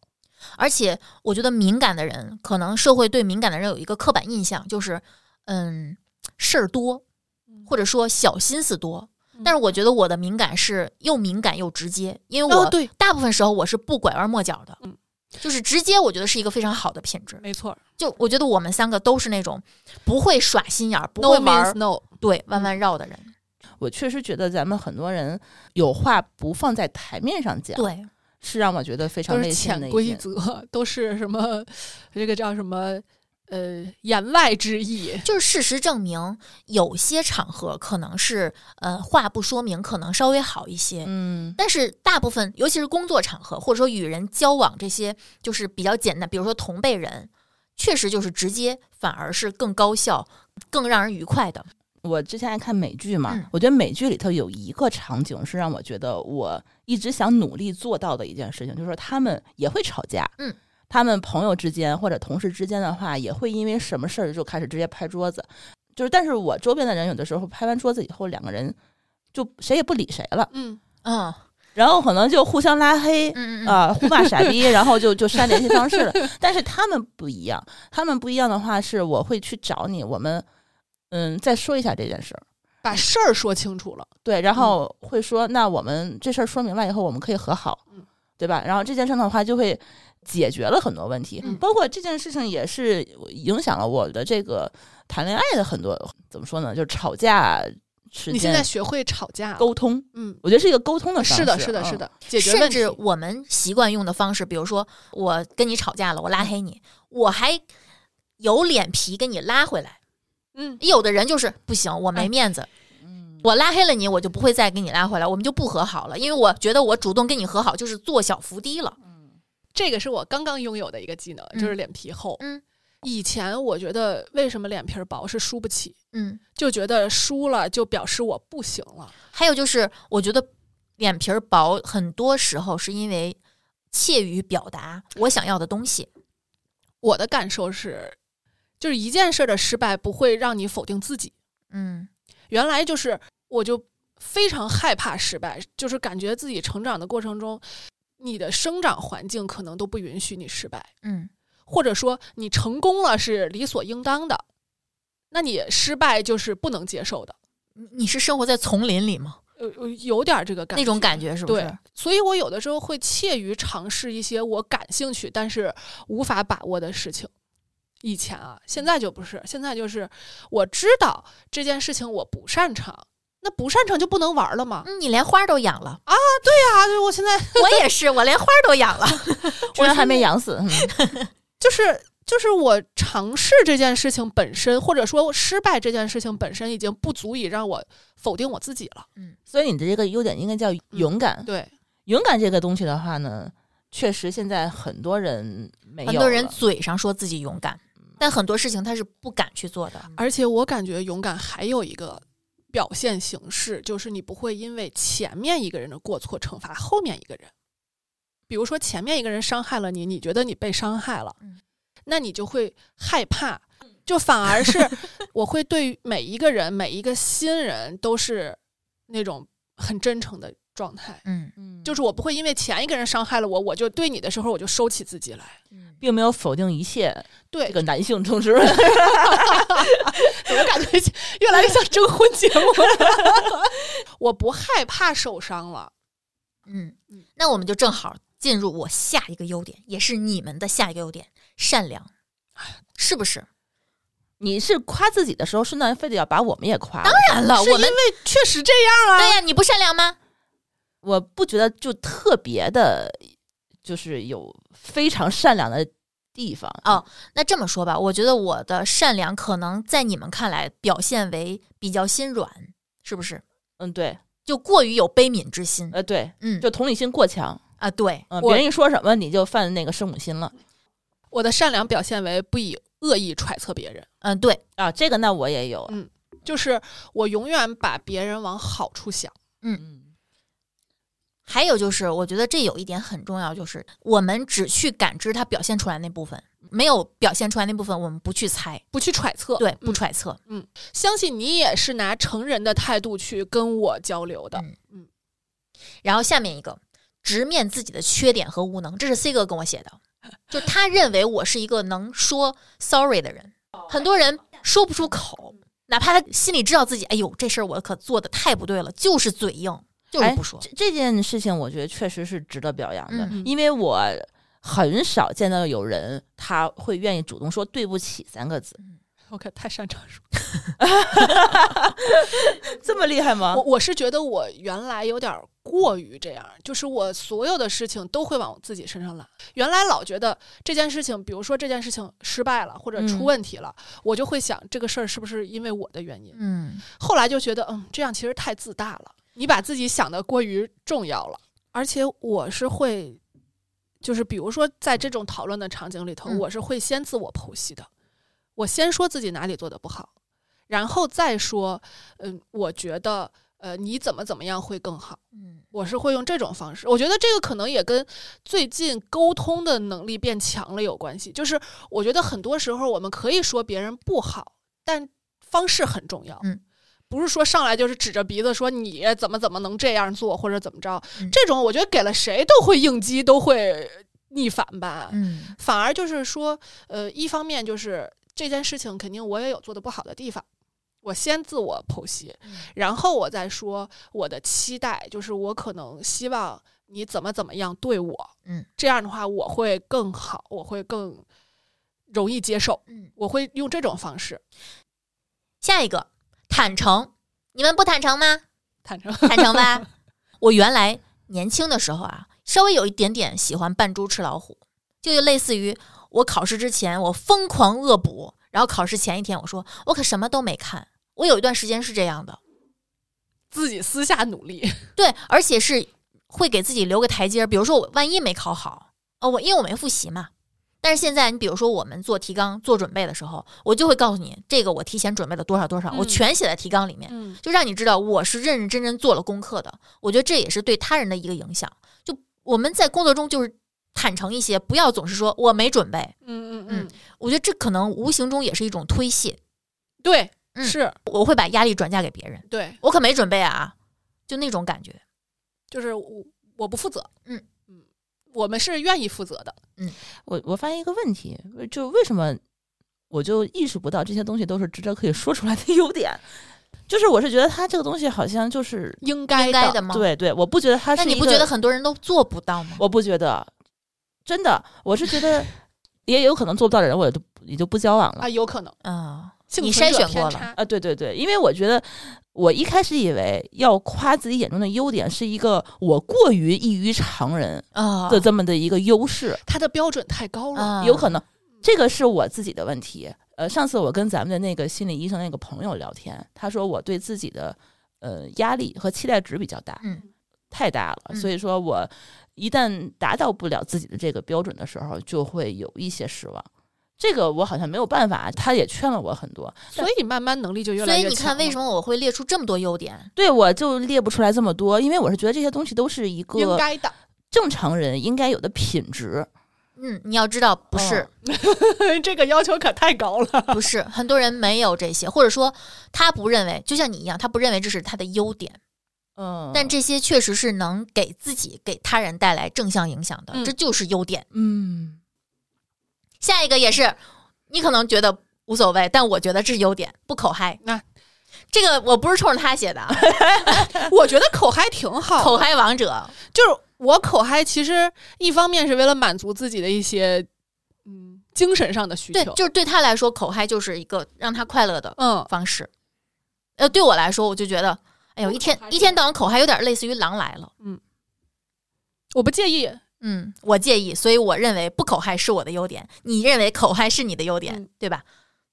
S4: 而且我觉得敏感的人，可能社会对敏感的人有一个刻板印象，就是嗯事儿多，
S3: 嗯
S4: 或者说小心思多。但是我觉得我的敏感是又敏感又直接，因为
S3: 哦
S4: 我
S3: 对
S4: 大部分时候我是不拐弯抹角的，
S3: 嗯
S4: 就是直接，我觉得是一个非常好的品质。
S3: 没错，
S4: 就我觉得我们三个都是那种不会耍心眼儿、不
S3: No
S4: 会玩
S3: means
S4: 儿
S3: no，嗯
S4: 对弯弯绕的人。
S2: 我确实觉得咱们很多人有话不放在台面上讲，
S4: 对，
S2: 是让我觉得非
S3: 都
S2: 常内
S3: 是
S2: 心的
S3: 潜
S2: 一
S3: 规
S2: 件。
S3: 则，都是什么这个叫什么呃言外之意。
S4: 就是事实证明，有些场合可能是呃话不说明，可能稍微好一些。
S2: 嗯，
S4: 但是大部分，尤其是工作场合，或者说与人交往这些，就是比较简单，比如说同辈人，确实就是直接，反而是更高效、更让人愉快的。
S2: 我之前爱看美剧嘛，
S4: 嗯
S2: 我觉得美剧里头有一个场景是让我觉得我一直想努力做到的一件事情，就是说他们也会吵架，
S4: 嗯，
S2: 他们朋友之间或者同事之间的话，也会因为什么事儿就开始直接拍桌子。就是但是我周边的人有的时候拍完桌子以后，两个人就谁也不理谁了，
S3: 嗯，
S4: 嗯
S2: 然后可能就互相拉黑。
S4: 嗯嗯嗯，
S2: 啊、互骂傻逼，然后就就删联系方式了。但是他们不一样，他们不一样的话是，我会去找你，我们嗯再说一下这件事儿，
S3: 把事儿说清楚了，
S2: 对，然后会说，那我们这事儿说明白以后，我们可以和好
S3: 嗯，
S2: 对吧？然后这件事儿的话，就会解决了很多问题，
S3: 嗯
S2: 包括这件事情也是影响了我的这个谈恋爱的很多，怎么说呢？就是吵架时
S3: 你现在
S2: 间
S3: 学会吵架了，
S2: 沟通，
S3: 嗯，
S2: 我觉得是一个沟通的方式，
S3: 是的，是的，是
S2: 嗯。
S3: 的，解决
S4: 甚
S3: 问题
S4: 至，我们习惯用的方式，比如说我跟你吵架了，我拉黑你，我还有脸皮跟你拉回来。
S3: 嗯，
S4: 有的人就是不行，我没
S3: 哎
S4: 面子。嗯我拉黑了你，我就不会再跟你拉回来，我们就不和好了，因为我觉得我主动跟你和好就是做小伏低了。
S3: 这个是我刚刚拥有的一个技能，就是脸皮厚。
S4: 嗯，
S3: 以前我觉得为什么脸皮儿薄是输不起，
S4: 嗯，
S3: 就觉得输了就表示我不行了。
S4: 还有就是，我觉得脸皮儿薄，很多时候是因为怯于表达我想要的东西。
S3: 我的感受是，就是一件事儿的失败不会让你否定自己。
S4: 嗯
S3: 原来就是我就非常害怕失败，就是感觉自己成长的过程中，你的生长环境可能都不允许你失败，
S4: 嗯
S3: 或者说你成功了是理所应当的，那你失败就是不能接受的。
S4: 你你是生活在丛林里吗？
S3: 呃，呃有点儿这个感
S4: 那种感觉是不
S3: 对
S4: 是？，
S3: 所以我有的时候会怯于尝试一些我感兴趣但是无法把握的事情。以前啊，现在就不是，现在就是我知道这件事情我不擅长，那不擅长就不能玩了嘛。
S4: 嗯，你连花儿都养了，
S3: 啊，对我现在
S4: 我也是，我连花儿都养了。
S2: 居然还没养死， 嗯
S3: 就是就是我尝试这件事情本身，或者说失败这件事情本身，已经不足以让我否定我自己了。
S2: 所以你的这个优点应该叫勇敢。
S3: 嗯对，
S2: 勇敢这个东西的话呢，确实现在很多人没有了，
S4: 很多人嘴上说自己勇敢，但很多事情他是不敢去做的。
S3: 而且我感觉勇敢还有一个表现形式，就是你不会因为前面一个人的过错惩罚后面一个人。比如说前面一个人伤害了你，你觉得你被伤害了
S4: 嗯，
S3: 那你就会害怕，就反而是我会对每一个人、每一个新人都是那种很真诚的状态。
S4: 嗯，
S2: 嗯
S3: 就是我不会因为前一个人伤害了我，我就对你的时候我就收起自己来。
S4: 嗯
S2: 并没有否定一切
S3: 对
S2: 这，个男性同志。
S3: 我感觉越来越像征婚节目了。 我不害怕受伤了，
S4: 嗯，那我们就正好进入我下一个优点，也是你们的下一个优点——善良，是不是？
S2: 你是夸自己的时候，顺道非得要把我们也夸了。
S4: 当然了，
S3: 是
S4: 我们
S3: 因为 确实这样
S4: 对
S3: 啊。
S4: 呀、你不善良吗？
S2: 我不觉得就特别的，就是有非常善良的地方
S4: 哦那这么说吧，我觉得我的善良可能在你们看来表现为比较心软，是不是？
S2: 嗯，对，
S4: 就过于有悲悯之心。
S2: 呃，对，
S4: 嗯，
S2: 就同理心过强。
S4: 啊，对，
S2: 嗯，
S3: 我
S2: 别人一说什么你就犯那个圣母心了
S3: 我的善良表现为不以恶意揣测别人，
S4: 嗯，对，
S2: 啊。这个那我也有，
S3: 就是我永远把别人往好处想。
S2: 嗯，
S4: 还有就是，我觉得这有一点很重要，就是我们只去感知它表现出来那部分，没有表现出来那部分，我们不去猜，
S3: 不去揣测，
S4: 对，不
S3: 嗯
S4: 揣测。
S3: 相信你也是拿成人的态度去跟我交流的。
S4: 嗯然后下面一个，直面自己的缺点和无能，这是 C 哥跟我写的，就他认为我是一个能说 sorry 的人，很多人说不出口，哪怕他心里知道自己，哎呦，这事儿我可做的太不对了，就是嘴硬，就是不说。
S2: 哎这这件事情，我觉得确实是值得表扬的，
S3: 嗯
S4: 嗯
S2: 因为我很少见到有人他会愿意主动说“对不起”三个字，
S3: 我可太擅长说，
S2: 这么厉害吗
S4: 啊
S3: 我？我是觉得我原来有点儿过于这样，就是我所有的事情都会往我自己身上揽。原来老觉得这件事情，比如说这件事情失败了或者
S2: 嗯
S3: 出问题了，我就会想这个事儿是不是因为我的原因。
S4: 嗯，
S3: 后来就觉得，嗯，这样其实太自大了，你把自己想的过于重要了。而且我是会，就是比如说在这种讨论的场景里头，
S4: 嗯
S3: 我是会先自我剖析的，我先说自己哪里做的不好，然后再说，嗯，我觉得，呃，你怎么怎么样会更好。
S4: 嗯
S3: 我是会用这种方式，我觉得这个可能也跟最近沟通的能力变强了有关系。就是我觉得很多时候我们可以说别人不好，但方式很重要。
S4: 嗯。
S3: 不是说上来就是指着鼻子说你怎么怎么能这样做或者怎么着
S4: 嗯，
S3: 这种我觉得给了谁都会应激，都会逆反吧。
S4: 嗯
S3: 反而就是说，呃，一方面就是这件事情肯定我也有做的不好的地方，我先自我剖析，
S4: 嗯
S3: 然后我再说我的期待，就是我可能希望你怎么怎么样对我，
S4: 嗯，
S3: 这样的话我会更好，我会更容易接受，
S4: 嗯，
S3: 我会用这种方式
S4: 下一个坦诚，你们不坦诚吗？
S3: 坦诚。
S4: 坦诚吧。我原来年轻的时候啊，稍微有一点点喜欢扮猪吃老虎，就就类似于我考试之前我疯狂恶补，然后考试前一天我说我可什么都没看。我有一段时间是这样的，
S3: 自己私下努力，
S4: 对，而且是会给自己留个台阶儿。比如说我万一没考好，哦，我因为我没复习嘛。但是现在，你比如说我们做提纲、做准备的时候，我就会告诉你，这个我提前准备了多少多少，我
S3: 嗯
S4: 全写在提纲里面。
S3: 嗯，
S4: 就让你知道我是认认真真做了功课的。我觉得这也是对他人的一个影响。就我们在工作中就是坦诚一些，不要总是说我没准备。
S3: 嗯嗯
S4: 嗯
S3: 嗯，
S4: 我觉得这可能无形中也是一种推卸，
S3: 对，
S4: 嗯
S3: 是
S4: 我会把压力转嫁给别人。
S3: 对，
S4: 我可没准备啊，就那种感觉。
S3: 就是我我不负责，
S4: 嗯
S3: 嗯，我们是愿意负责的，
S2: 我我发现一个问题，呃就为什么我就意识不到这些东西都是值得可以说出来的优点？就是我是觉得他这个东西好像就是
S3: 应该的，
S4: 应该的吗？。
S2: 对对，我不觉得他是
S4: 那你
S2: 一
S4: 不
S2: 个
S4: 觉得很多人都做不到吗？
S2: 我不觉得，真的，我是觉 得也有可能做不到的人，我也就也就不交往了
S3: 啊，有可能
S4: 嗯，
S3: 幸
S4: 你
S3: 存
S4: 筛
S3: 者
S4: 选过
S3: 偏
S4: 了，
S3: 差
S2: 啊。对对对，因为我觉得我一开始以为要夸自己眼中的优点是一个我过于异于常人
S4: 啊
S2: 的这么的一个优势，
S3: 他的标准太高了，
S4: 啊
S2: 有可能这个是我自己的问题。呃，上次我跟咱们的那个心理医生那个朋友聊天，他说我对自己的呃压力和期待值比较大，
S4: 嗯
S2: 太大了，
S4: 嗯
S2: 所以说我一旦达到不了自己的这个标准的时候，就会有一些失望。这个我好像没有办法，他也劝了我很多，
S3: 所以慢慢能力就越
S4: 所
S3: 来
S4: 以
S3: 越
S4: 你
S3: 强了。
S4: 看，为什么我会列出这么多优点？
S2: 对我就列不出来这么多，因为我是觉得这些东西都是一
S3: 应
S2: 个
S3: 该的，
S2: 正常人应该有的品质。
S4: 嗯，你要知道，不是、
S2: 嗯
S3: 这个要求可太高了。
S4: 不是，很多人没有这些，或者说他不认为，就像你一样，他不认为这是他的优点，
S2: 嗯，
S4: 但这些确实是能给自己、给他人带来正向影响的，
S3: 嗯
S4: 这就是优点。
S2: 嗯，
S4: 下一个也是，你可能觉得无所谓，但我觉得这是优点，不口嗨。
S3: 那
S4: 这个我不是冲着他写 的啊，
S3: 我觉得口嗨挺好，
S4: 口嗨王者，
S3: 就是我口嗨，其实一方面是为了满足自己的一些嗯精神上的需
S4: 对
S3: 求，，
S4: 就是对他来说，口嗨就是一个让他快乐的
S3: 嗯，
S4: 方式。呃，对我来说，我就觉得，哎呦，一天
S3: 口嗨
S4: 一天到晚口嗨，有点类似于狼来了。
S3: 我不介意，
S4: 嗯，我介意，所以我认为不口嗨是我的优点，你认为口嗨是你的优点，
S3: 嗯
S4: 对吧？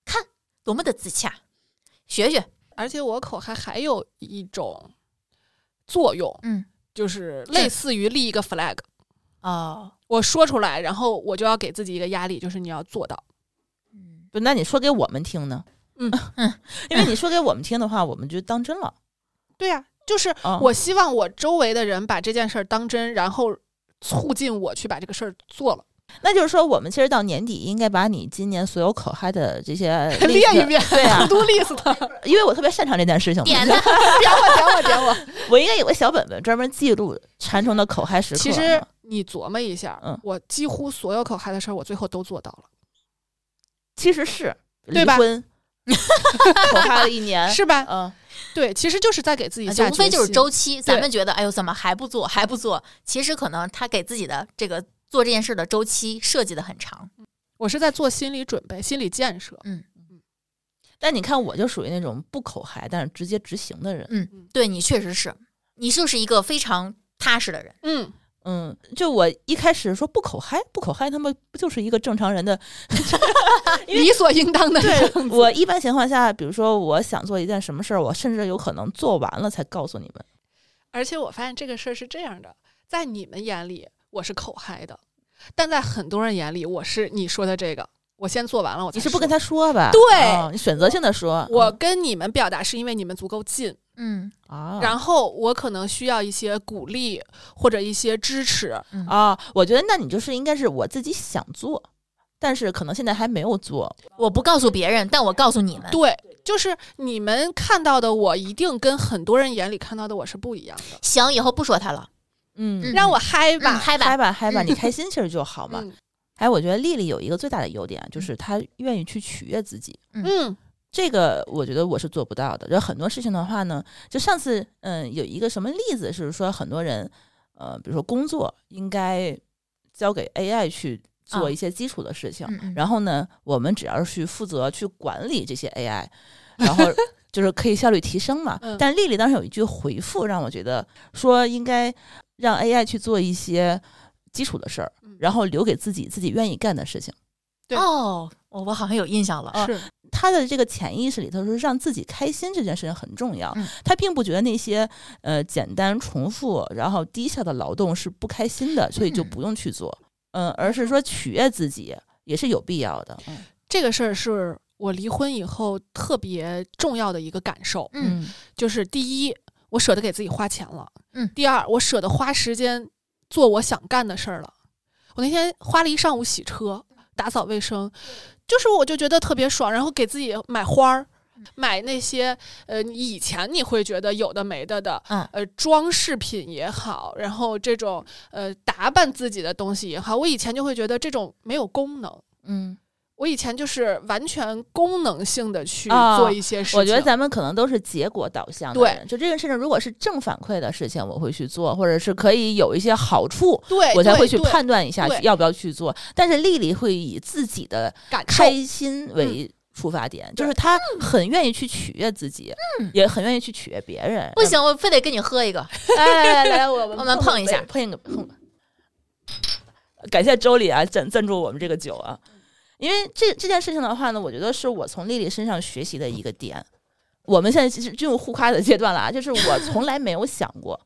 S4: 看多么的自洽，学学，
S3: 而且我口嗨还有一种作用，
S4: 嗯，
S3: 就是类似于立一个 flag，
S4: 哦，
S3: 我说出来，然后我就要给自己一个压力，就是你要做到。
S4: 嗯，
S2: 不，那你说给我们听呢？
S3: 嗯
S4: 嗯，
S2: 因为你说给我们听的话，我们就当真了。
S3: 对呀、就是
S4: 嗯
S2: 啊、
S3: 我希望我周围的人把这件事儿当真，然后促进我去把这个事儿做 了，
S2: 那就是说，我们其实到年底应该把你今年所有口嗨的这些
S3: 列
S2: list-
S3: 一遍，
S2: 对啊
S3: ，to do list，
S2: 因为我特别擅长这件事情，
S4: 点他，
S3: 点我点我点我。
S2: 我应该有个小本本专门记录馋虫的口嗨时刻。
S3: 其实你琢磨一下，
S2: 嗯
S3: 我几乎所有口嗨的事儿，我最后都做到了，
S2: 其实是
S3: 对吧
S2: 离 婚口嗨了一年，
S3: 是吧？
S2: 嗯，
S3: 对，其实就是在给自己
S4: 哎就
S3: 下
S4: 无非
S3: 决
S4: 就是
S3: 心
S4: 周期。咱
S3: 对
S4: 们觉得，哎呦，怎么还不做，还不做？其实可能他给自己的这个做这件事的周期设计的很长。
S3: 我是在做心理准备、心理建设。
S2: 但你看，我就属于那种不口嗨，但是直接执行的人。
S4: 嗯，对你确实是，你就是一个非常踏实的人。
S3: 嗯，
S2: 嗯，就我一开始说不口嗨，不口嗨，他们不就是一个正常人的？
S3: 理所应当 的样子。
S2: 我一般情况下，比如说我想做一件什么事儿，我甚至有可能做完了才告诉你们。
S3: 而且我发现这个事儿是这样的，在你们眼里我是口嗨的，但在很多人眼里我是你说的这个，我先做完了，我哦才
S2: 你是不
S3: 说
S2: 跟他说吧？
S3: 对
S2: 哦你选择性的说。
S3: 我跟你们表达是因为你们足够近，
S4: 嗯
S2: 啊，
S3: 然后我可能需要一些鼓励或者一些支持，
S2: 啊，我觉得那你就是应该是我自己想做，但是可能现在还没有做。
S4: 我不告诉别人，但我告诉你们。
S3: 对，就是你们看到的我，一定跟很多人眼里看到的我是不一样的。
S4: 行，以后不说他了，
S2: 嗯
S4: 嗯
S3: 嗯让我嗨
S4: 嗯，
S3: 吧，
S4: 嗨吧
S2: 嗨，吧嗨吧，
S4: 嗯
S2: 你开心其实就好嘛。
S3: 嗯
S2: 哎，我觉得丽丽有一个最大的优点啊，就是她愿意去取悦自己。
S3: 嗯
S2: 这个我觉得我是做不到的。就很多事情的话呢，就上次嗯有一个什么例子是说很多人呃，比如说工作应该交给 AI 去做
S4: 啊
S2: 一些基础的事情，
S4: 嗯嗯
S2: 然后呢，我们只要是去负责去管理这些 AI，然后就是可以效率提升嘛。
S3: 嗯
S2: 但丽丽当时有一句回复让我觉得说应该让 AI 去做一些基础的事儿
S3: 嗯，
S2: 然后留给自己自己愿意干的事情。
S3: 对哦
S4: 哦，我我好像有印象了，
S3: 嗯是
S2: 他的这个潜意识里头是让自己开心这件事情很重要，
S4: 嗯
S2: 他并不觉得那些呃简单重复然后低效的劳动是不开心的，所以就
S4: 嗯
S2: 不用去做，嗯、而是说取悦自己也是有必要的，
S3: 这个事儿是我离婚以后特别重要的一个感受，
S4: 嗯，
S3: 就是第一，我舍得给自己花钱了，
S4: 嗯
S3: 第二，我舍得花时间做我想干的事儿了。我那天花了一上午洗车、打扫卫生，就是我就觉得特别爽，然后给自己买花儿。
S2: 嗯
S3: 买那些呃，你以前你会觉得有的没的的，
S4: 嗯
S3: 呃，装饰品也好，然后这种呃打扮自己的东西也好，我以前就会觉得这种没有功能，
S2: 嗯，
S3: 我以前就是完全功能性的去
S2: 啊
S3: 做一些事情。
S2: 我觉得咱们可能都是结果导向的
S3: 对
S2: 人，就这件事情如果是正反馈的事情，我会去做，或者是可以有一些好处。
S3: 对，
S2: 我才
S3: 哎对
S2: 会去
S3: 对
S2: 判断一下
S3: 对
S2: 要不要去做，但是丽丽会以自己的
S3: 感受
S2: 开心
S4: 嗯
S2: 为出发点，就是他很愿意去取悦自己，也很愿意去取悦别人。
S4: 嗯不行，我非得跟你喝一个，
S2: 来，来来 来来，我们
S4: 我们碰一下
S2: 碰一个碰。感谢周丽啊，赞赞助我们这个酒啊，因为这这件事情的话呢，我觉得是我从丽丽身上学习的一个点。我们现在是进入互夸的阶段了啊，就是我从来没有想过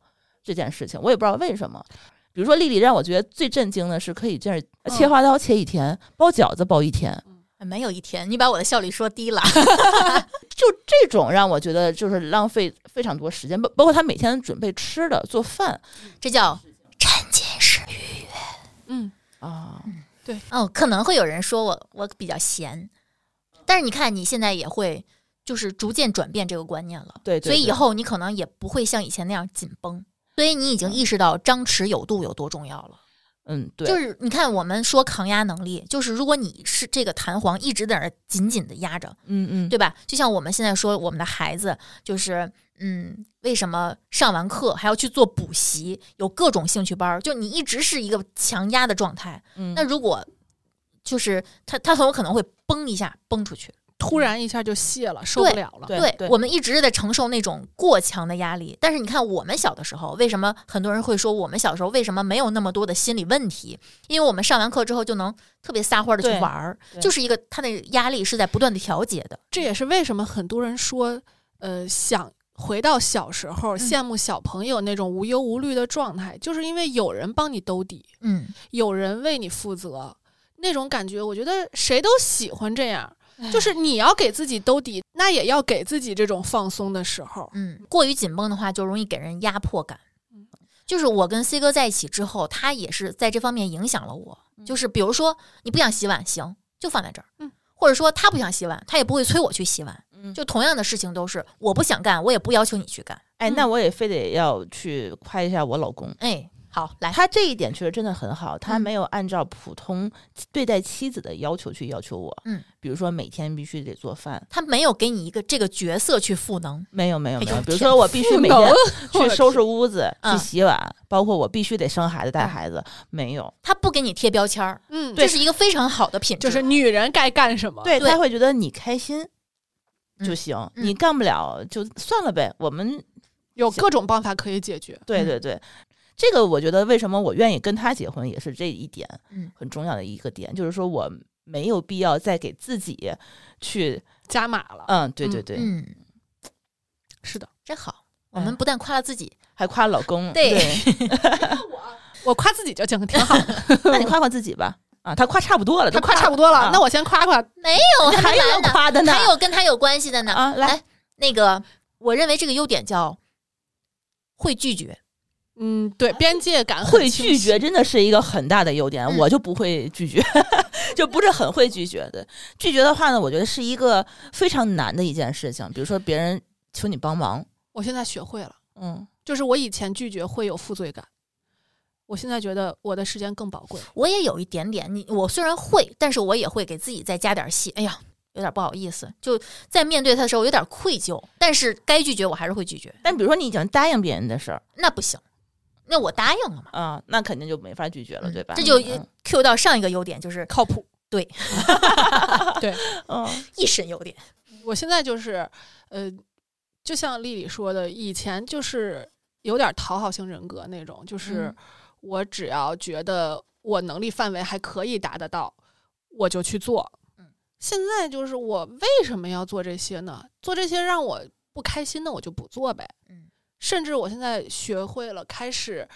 S2: 这件事情，我也不知道为什么。比如说丽丽让我觉得最震惊的是，可以这样
S4: 嗯
S2: 切花刀切一天，包饺子包一天，
S4: 哎没有一天，你把我的效率说低了，
S2: 就这种让我觉得就是浪费非常多时间，包包括他每天准备吃的、做饭
S4: 这叫沉浸式。
S3: 嗯，
S2: 啊，
S4: 哦，可能会有人说我我比较闲，但是你看你现在也会就是逐渐转变这个观念了，
S2: 对对
S4: 所以以
S2: 对
S4: 后你可能也不会像以前那样紧绷，所以你已经意识到张弛有度有多重要了。
S2: 嗯，对，
S4: 就是你看，我们说抗压能力，就是如果你是这个弹簧一直在那儿紧紧的压着，
S2: 嗯嗯，
S4: 对吧？就像我们现在说，我们的孩子就是，嗯，为什么上完课还要去做补习，有各种兴趣班儿？就你一直是一个强压的状态，
S2: 嗯
S4: 那如果就是他，他很有可能会崩一下崩出去。
S3: 突然一下就泄了，受不了了。
S2: 对对
S4: 我们一直在承受那种过强的压力。但是你看，我们小的时候，为什么很多人会说我们小时候为什么没有那么多的心理问题？因为我们上完课之后就能特别撒欢的去
S2: 对
S4: 玩儿，
S2: 对
S4: 就是一个他的压力是在不断的调节的。
S3: 这也是为什么很多人说，呃，想回到小时候，
S2: 嗯
S3: 羡慕小朋友那种无忧无虑的状态，就是因为有人帮你兜底，
S4: 嗯，
S3: 有人为你负责，那种感觉，我觉得谁都喜欢这样。就是你要给自己兜底，那也要给自己这种放松的时候。
S4: 嗯，过于紧绷的话，就容易给人压迫感。就是我跟 C 哥在一起之后，他也是在这方面影响了我。就是比如说，你不想洗碗，行，就放在这儿。
S3: 嗯，
S4: 或者说他不想洗碗，他也不会催我去洗碗。
S2: 嗯
S4: 就同样的事情都是，我不想干，我也不要求你去干。
S2: 哎，那我也非得要去夸一下我老公，
S4: 哎，好，来，
S2: 他这一点确实真的很好，他
S4: 嗯
S2: 没有按照普通对待妻子的要求去要求我，
S4: 嗯，
S2: 比如说每天必须得做饭。
S4: 他没有给你一个这个角色去赋能。
S2: 没有没有
S4: 哎呦
S2: 没有，比如
S4: 天
S2: 说我必须每天 去收拾屋子、
S4: 嗯
S2: 去洗碗，包括我必须得生孩子、带孩子，没有。
S4: 他不给你贴标签儿，
S3: 嗯，
S4: 这是一个非常好的品质。
S3: 就是女人该干什么。
S2: 对
S4: 对
S2: 他会觉得你开心就
S4: 嗯
S2: 行，
S4: 嗯
S2: 你干不了就算了呗。我们
S3: 有各种办法可以解决。
S2: 对
S4: 嗯
S2: 对对，这个我觉得为什么我愿意跟他结婚也是这一点，
S4: 嗯
S2: 很重要的一个点，就是说我没有必要再给自己去，
S3: 加码了，
S2: 嗯，对对
S3: 嗯
S2: 对，
S4: 嗯，
S3: 是的，
S4: 真好。我
S2: 哎
S4: 们不但夸了自己，
S2: 还夸老公，
S4: 对
S3: 我夸自己就挺挺好的，
S2: 那你夸夸自己吧。啊，他夸差不多了，
S3: 他
S2: 都夸
S3: 夸差不多了，
S2: 啊
S3: 那我先夸夸
S4: 没有，
S2: 哎 还
S4: 没
S2: 有
S4: 完
S2: 要
S4: 呢，
S2: 夸的呢，
S4: 哎还有跟他有关系的呢。哎
S2: 啊来
S4: 那个，我认为这个优点叫会拒绝。
S3: 嗯，对，边界感很
S2: 啊会
S3: 清
S2: 拒
S3: 晰
S2: 绝真的是一个很大的优点，
S4: 嗯
S2: 我就不会拒绝， 就不是很会拒绝的。拒绝的话呢，我觉得是一个非常难的一件事情。比如说别人求你帮忙，
S3: 我现在学会了，
S2: 嗯，
S3: 就是我以前拒绝会有负罪感，我现在觉得我的时间更宝贵。
S4: 我也有一点点，你我虽然会，但是我也会给自己再加点戏。哎呀，有点不好意思，就在面对他的时候有点愧疚，但是该拒绝我还是会拒绝，
S2: 但比如说你已经答应别人的事儿
S4: 那不行，那我答应了嘛，
S2: 啊，那肯定就没法拒绝了，
S4: 嗯
S2: 对吧？
S4: 这就
S2: 嗯
S4: Q 到上一个优点，就是
S3: 靠谱，
S4: 对
S3: 对，
S2: 嗯
S4: 一身优点。
S3: 我现在就是，呃，就像丽丽说的，以前就是有点讨好型人格那种，就是
S4: 嗯
S3: 我只要觉得我能力范围还可以达得到，我就去做
S4: 嗯。
S3: 现在就是我为什么要做这些呢？做这些让我不开心的，我就不做呗。
S4: 嗯
S3: 甚至我现在学会了，开始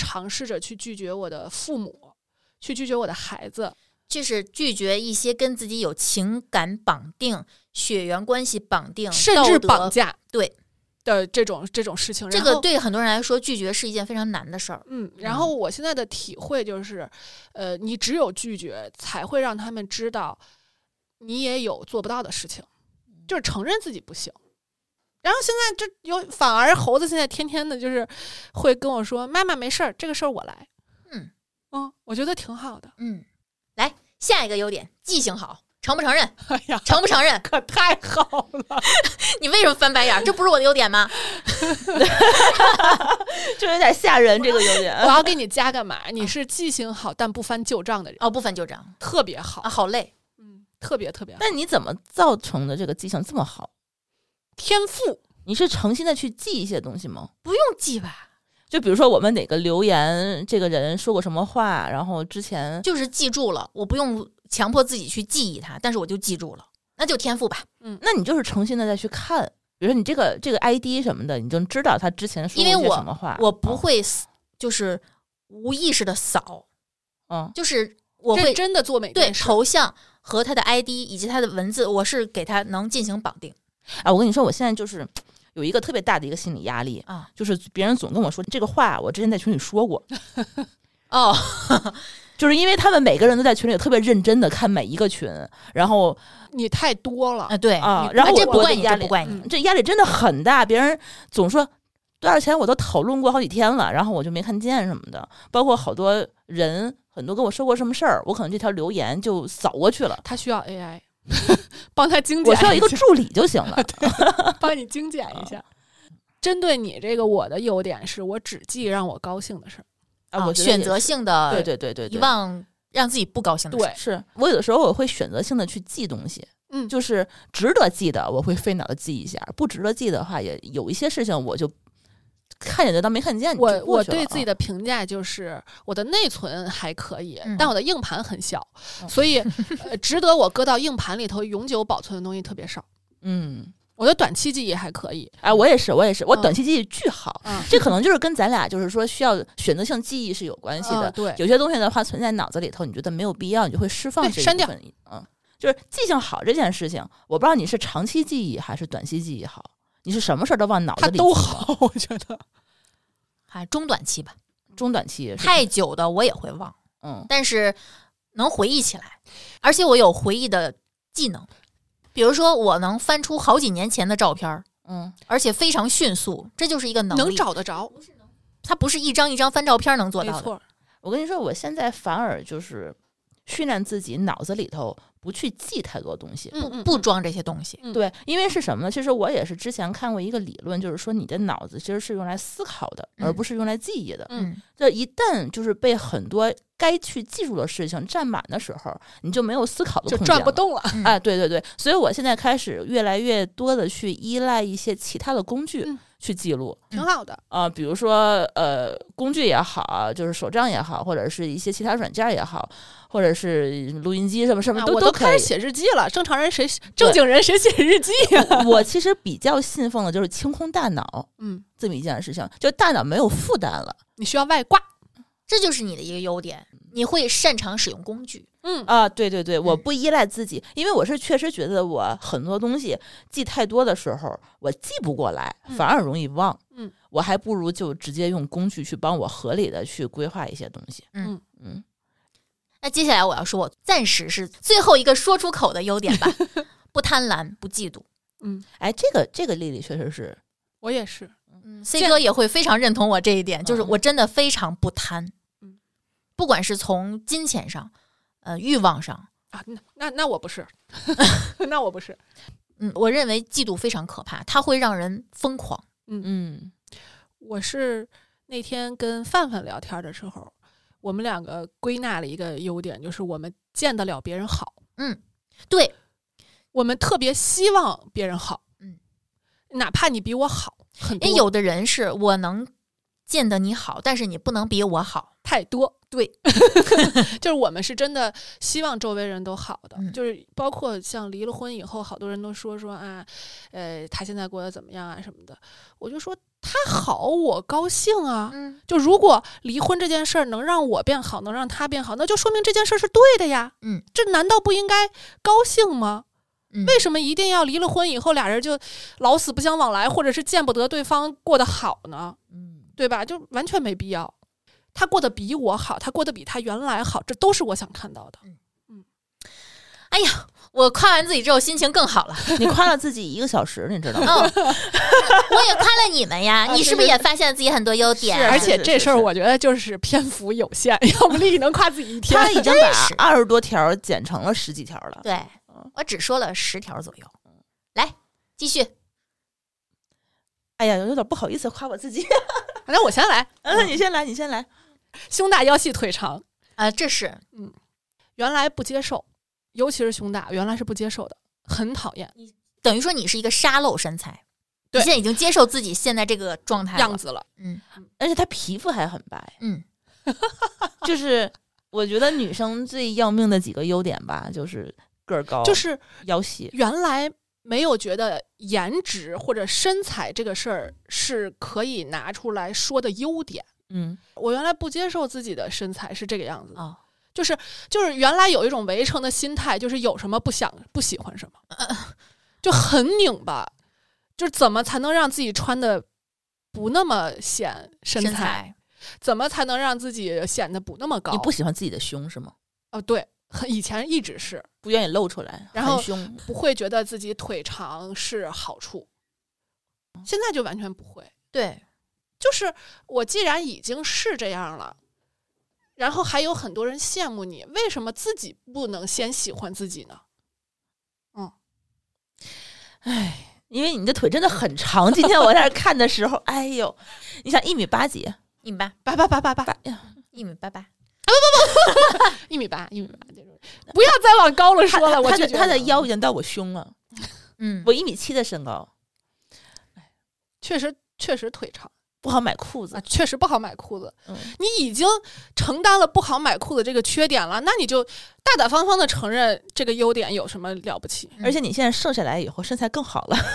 S3: 尝试着去拒绝我的父母，去拒绝我的孩子。
S4: 就是拒绝一些跟自己有情感绑定、血缘关系绑定、
S3: 甚至
S4: 道德
S3: 绑架，
S4: 对
S3: 的这种这种事情。
S4: 这
S3: 然
S4: 个
S3: 后，
S4: 对很多人来说，拒绝是一件非常难的事儿。
S3: 嗯，然后我现在的体会就是，呃，你只有拒绝，才会让他们知道你也有做不到的事情，就是承认自己不行。然后现在这有，反而猴子现在天天的就是会跟我说：“妈妈没事儿，这个事儿我来。”
S4: 嗯
S3: 嗯，我觉得挺好的。
S4: 嗯，来下一个优点，记性好，承不承认？
S3: 哎呀，
S4: 承不承 认？
S3: 可太好了！
S4: 你为什么翻白眼儿？这不是我的优点吗？
S2: 就有点吓人，这个优点
S3: 我要 给你加干嘛？你是记性好但不翻旧账的人，
S4: 哦，不翻旧账
S3: 特别好
S4: 啊，，好累。
S3: 嗯，特别特别好，
S2: 但你怎么造成的这个记性这么好？
S3: 天赋。
S2: 你是诚心的去记一些东西吗？
S4: 不用记吧，
S2: 就比如说我们哪个留言，这个人说过什么话，然后之前
S4: 就是记住了，我不用强迫自己去记忆它，但是我就记住了，那就天赋吧。
S2: 那你就是诚心的再去看，比如说你这个这个 ID 什么的，你就知道他之前说
S4: 因为
S2: 过一些
S4: 我
S2: 什么话。
S4: 我不会死就是无意识的扫，
S2: 嗯，
S4: 就是我
S3: 认
S4: 会
S3: 真的做每
S4: 对
S3: 件事。
S4: 头像和他的 ID 以及他的文字，我是给他能进行绑定
S2: 嗯，啊，我跟你说，我现在就是有一个特别大的一个心理压力，
S4: 啊。
S2: 就是别人总跟我说这个话，我之前在群里说 过，
S4: 哦，
S2: 啊就是因为他们每个人都在群里特别认真的看每一个群，然后
S3: 你太多了
S4: 啊，对
S2: 啊
S4: 你
S2: 然后
S4: 啊这
S2: 我
S4: 不
S2: 我
S4: 怪
S2: 的
S4: 你，
S2: 压
S4: 这不
S2: 力
S4: 怪你
S3: 嗯。
S2: 这压力真的很大，别人总说多少钱我都讨论过好几天了，然后我就没看见什么的，包括好多人。很多跟我说过什么事儿，我可能这条留言就扫过去了。
S3: 他需要 AI 帮他精简
S2: 我
S3: 下，
S2: 需要一个啊助理就行了。
S3: 帮你精简一下。针对你这个，我的优点是我只记让我高兴的事儿。
S2: 啊，我觉得
S4: 选
S2: 也
S4: 择
S2: 是
S4: 性
S2: 对
S4: 的
S2: 对对对
S4: 遗
S2: 对，
S4: 忘让自己不高兴的事。
S3: 对，
S2: 嗯是我有的时候我会选择性的去记东西，
S3: 嗯
S2: 就是值得记的我会费脑的记一下，不值得记的话也有一些事情我就看见的当没看见。
S3: 我
S2: 就过
S3: 我
S2: 去了
S3: 对自己
S2: 啊
S3: 的评价就是，我的内存还可以，
S4: 嗯
S3: 但我的硬盘很小，
S2: 嗯
S3: 所以呃值得我搁到硬盘里头永久保存的东西特别少。
S2: 嗯，
S3: 我的短期记忆还可以，
S2: 哎，我也是，我也是，我
S3: 嗯
S2: 短期记忆巨好。
S3: 嗯，
S2: 这可能就是跟咱俩就是说需要选择性记忆是有关系的。
S3: 啊对
S2: 有些东西的话存在脑子里头，你觉得没有必要，你就会释放
S3: 对
S2: 这一
S3: 删掉
S2: 部分。嗯，就是记性好这件事情，我不知道你是长期记忆还是短期记忆好，你是什么事儿都往脑子
S3: 它
S2: 里记
S3: 都
S2: 了
S3: 好，我觉得。
S4: 啊，中短期吧，
S2: 中短期是吧
S4: 太久的我也会忘，
S2: 嗯
S4: 但是能回忆起来，而且我有回忆的技能，比如说我能翻出好几年前的照片儿，
S2: 嗯
S4: 而且非常迅速，这就是一个能力。
S3: 能，找得着，
S4: 它不是一张一张翻照片能做
S3: 没
S4: 到的。
S3: 错，
S2: 我跟你说，我现在反而就是训练自己脑子里头不去记太多东西。
S3: 嗯，嗯
S4: 不装这些东西，
S3: 嗯
S2: 对，因为是什么呢？其实我也是之前看过一个理论，就是说你的脑子其实是用来思考的，而
S4: 嗯
S2: 不是用来记忆的。
S3: 嗯，
S2: 这一旦就是被很多该去记住的事情占满的时候，你就没有思考的
S3: 就
S2: 空间
S3: 转不
S2: 了
S3: 动了。
S4: 嗯
S2: 啊，对对对，所以我现在开始越来越多的去依赖一些其他的工具
S3: 嗯
S2: 去记录，
S3: 挺好的，
S2: 啊、比如说呃，工具也好，就是手账也好，或者是一些其他软件也好，或者是录音机什么什么
S3: 啊
S2: 都、
S3: 我
S2: 都
S3: 开
S2: 可
S3: 始
S2: 以。
S3: 写日记了。正常人谁正经人谁写日记呀？
S2: 我其实比较信奉的就是清空大脑
S3: 嗯，
S2: 这么一件事情，就大脑没有负担了
S3: 你需要外挂。
S4: 这就是你的一个优点，你会擅长使用工具。
S3: 嗯，
S2: 啊！对对对，我
S4: 嗯
S2: 不依赖自己，因为我是确实觉得我很多东西记太多的时候，我记不过来，反而容易忘。
S3: 嗯，
S2: 我还不如就直接用工具去帮我合理的去规划一些东西。
S4: 嗯
S2: 嗯，
S4: 那接下来我要说，我暂时是最后一个说出口的优 点吧，不贪婪，不嫉妒。
S3: 嗯，
S2: 哎，这个这个丽丽确实是，
S3: 我也是，
S4: 嗯，C 哥也会非常认同我这一点，就是
S2: 嗯
S4: 我真的非常不贪
S3: 嗯，
S4: 不管是从金钱上，呃，欲望上，
S3: 啊，那那那我不是， 那我不是，
S4: 嗯，我认为嫉妒非常可怕，它会让人疯狂。
S2: 嗯
S3: 我是那天跟范范聊天的时候，我们两个归纳了一个优点，就是我们见得了别人好，
S4: 对，
S3: 我们特别希望别人好，
S4: 嗯，
S3: 哪怕你比我好很多，
S4: 因为有的人是我能见得你好，但是你不能比我好。
S3: 太 多，
S4: 对，
S3: 就是我们是真的希望周围人都好的，
S4: 嗯
S3: 就是包括像离了婚以后，好多人都说说啊，呃，他现在过得怎么样啊什么的，我就说他好，我高兴啊，
S4: 嗯
S3: 就如果离婚这件事儿能让我变好，能让他变好，那就说明这件事儿是对的呀。
S4: 嗯，
S3: 这难道不应该高兴吗？
S4: 嗯，
S3: 为什么一定要离了婚以后俩人就老死不相往来，或者是见不得对方过得好呢？
S4: 嗯
S3: 对吧？就完全没必要。他过得比我好，他过得比他原来好，这都是我想看到的。
S4: 哎我夸完自己之后心情更好了。
S2: 嗯你夸了自己一个小时，你知 道吗？
S4: 嗯，我也夸了你们呀，
S2: 啊
S4: 你是不是也发现了自己很多优点？
S2: 是
S3: 而且
S2: 是
S3: 这事儿
S2: 是
S3: 我觉得就是篇幅有限，要不丽丽能夸自己一天
S2: 他。已经
S4: 真是
S2: 把二十多条剪成了十几条了。
S4: 对
S2: 嗯
S4: 我只说了十条左右。来，继续。
S2: 哎呀，有点不好意思夸我自己。
S3: 那我先来，
S2: 那
S4: 嗯
S2: 你先来，你先来。
S3: 嗯胸大腰细腿长，
S4: 呃，这是
S3: 原来不接受，尤其是胸大，原来是不接受的，很讨厌。
S4: 等于说你是一个沙漏身材，你
S3: 对
S4: 现在已经接受自己现在这个状态
S3: 样
S4: 了。
S3: 子了。
S4: 嗯
S2: 而且她皮肤还很白，
S4: 嗯，
S2: 就是我觉得女生最要命的几个优点吧，就是个儿高，
S3: 就是
S2: 腰细。
S3: 原来没有觉得颜值或者身材这个事儿是可以拿出来说的优点。
S2: 嗯，
S3: 我原来不接受自己的身材是这个样子的，
S4: 哦，
S3: 就是就是原来有一种围城的心态，就是有什么不想不喜欢什么，就很拧巴，就是怎么才能让自己穿的不那么显身
S4: 身
S3: 材？
S4: 材
S3: 怎么才能让自己显得不那么高？
S2: 你不喜欢自己的胸是吗？
S3: 哦，对， 很以前一直是
S2: 不愿意露出来，
S3: 然后
S2: 含胸。
S3: 不会觉得自己腿长是好处，现在就完全不会。
S4: 对，
S3: 就是我既然已经是这样了，然后还有很多人羡慕你，为什么自己不能先喜欢自己呢？
S2: 哎，因为你的腿真的很长。今天我在这看的时候，哎呦，你想一米八几？
S4: 一米八，
S3: 八八八八八，
S2: 哎呀，
S4: 一米八八，
S3: 一米八，一米八这种，不要再往高了说了，我
S2: 她
S3: 就
S2: 的
S3: 觉得嗯
S2: 她的腰已经到我胸了，
S4: 嗯，
S2: 我一米七的身高，
S3: 确实确实腿长
S2: 不好买裤
S3: 啊，
S2: 子。
S3: 确实不好买裤子。
S2: 嗯，
S3: 你已经承担了不好买裤子这个缺点了，那你就大大方方的承认这个优点有什么了不起？
S2: 而且你现在瘦下来以后，身材更好了。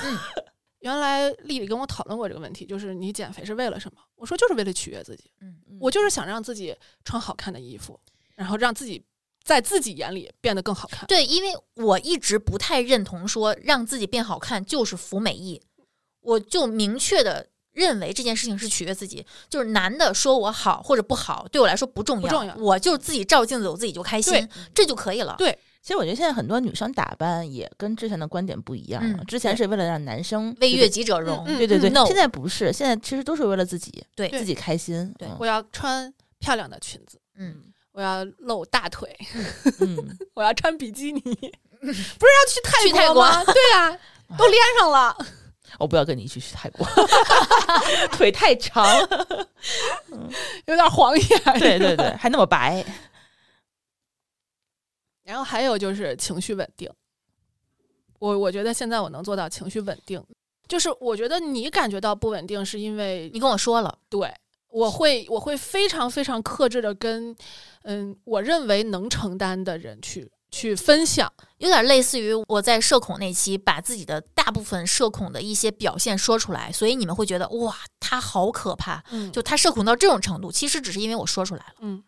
S3: 原来丽丽跟我讨论过这个问题，就是你减肥是为了什么？我说就是为了取悦自己，
S4: 嗯，
S3: 我就是想让自己穿好看的衣服，然后让自己在自己眼里变得更好看。
S4: 对，因为我一直不太认同说让自己变好看就是服美役，我就明确的认为这件事情是取悦自己，就是男的说我好或者不好，对我来说不重要，
S3: 不重要
S4: 我就自己照镜子，我自己就开心
S3: 对，
S4: 这就可以了。
S3: 对
S2: 其实我觉得现在很多女生打扮也跟之前的观点不一样了，
S4: 嗯
S2: 之前是为了让男生
S4: 为
S2: 觉
S4: 悦
S2: 得
S4: 己者容，
S3: 嗯
S2: 对对对，
S4: no
S2: 现在不是，现在其实都是为了自己，
S4: 对
S2: 自己开心，嗯
S4: 对
S3: 我要穿漂亮的裙子，
S4: 嗯，
S3: 我要露大腿，
S2: 嗯，
S3: 我要穿比基尼，不是要去泰
S4: 去泰
S3: 国吗？对啊，都连上了。
S2: 我不要跟你一起去 泰国，腿太长，
S3: 有点晃眼。
S2: 对对对， 还那么白，
S3: 然后还有就是情绪稳定，我我觉得现在我能做到情绪稳定，就是我觉得你感觉到不稳定是因为
S4: 你跟我说了，
S3: 对我会我会非常非常克制的跟嗯我认为能承担的人去去分享，
S4: 有点类似于我在社恐那期把自己的大部分社恐的一些表现说出来，所以你们会觉得哇，他好可怕，
S3: 嗯
S4: 就他社恐到这种程度，其实只是因为我说出来了。
S3: 嗯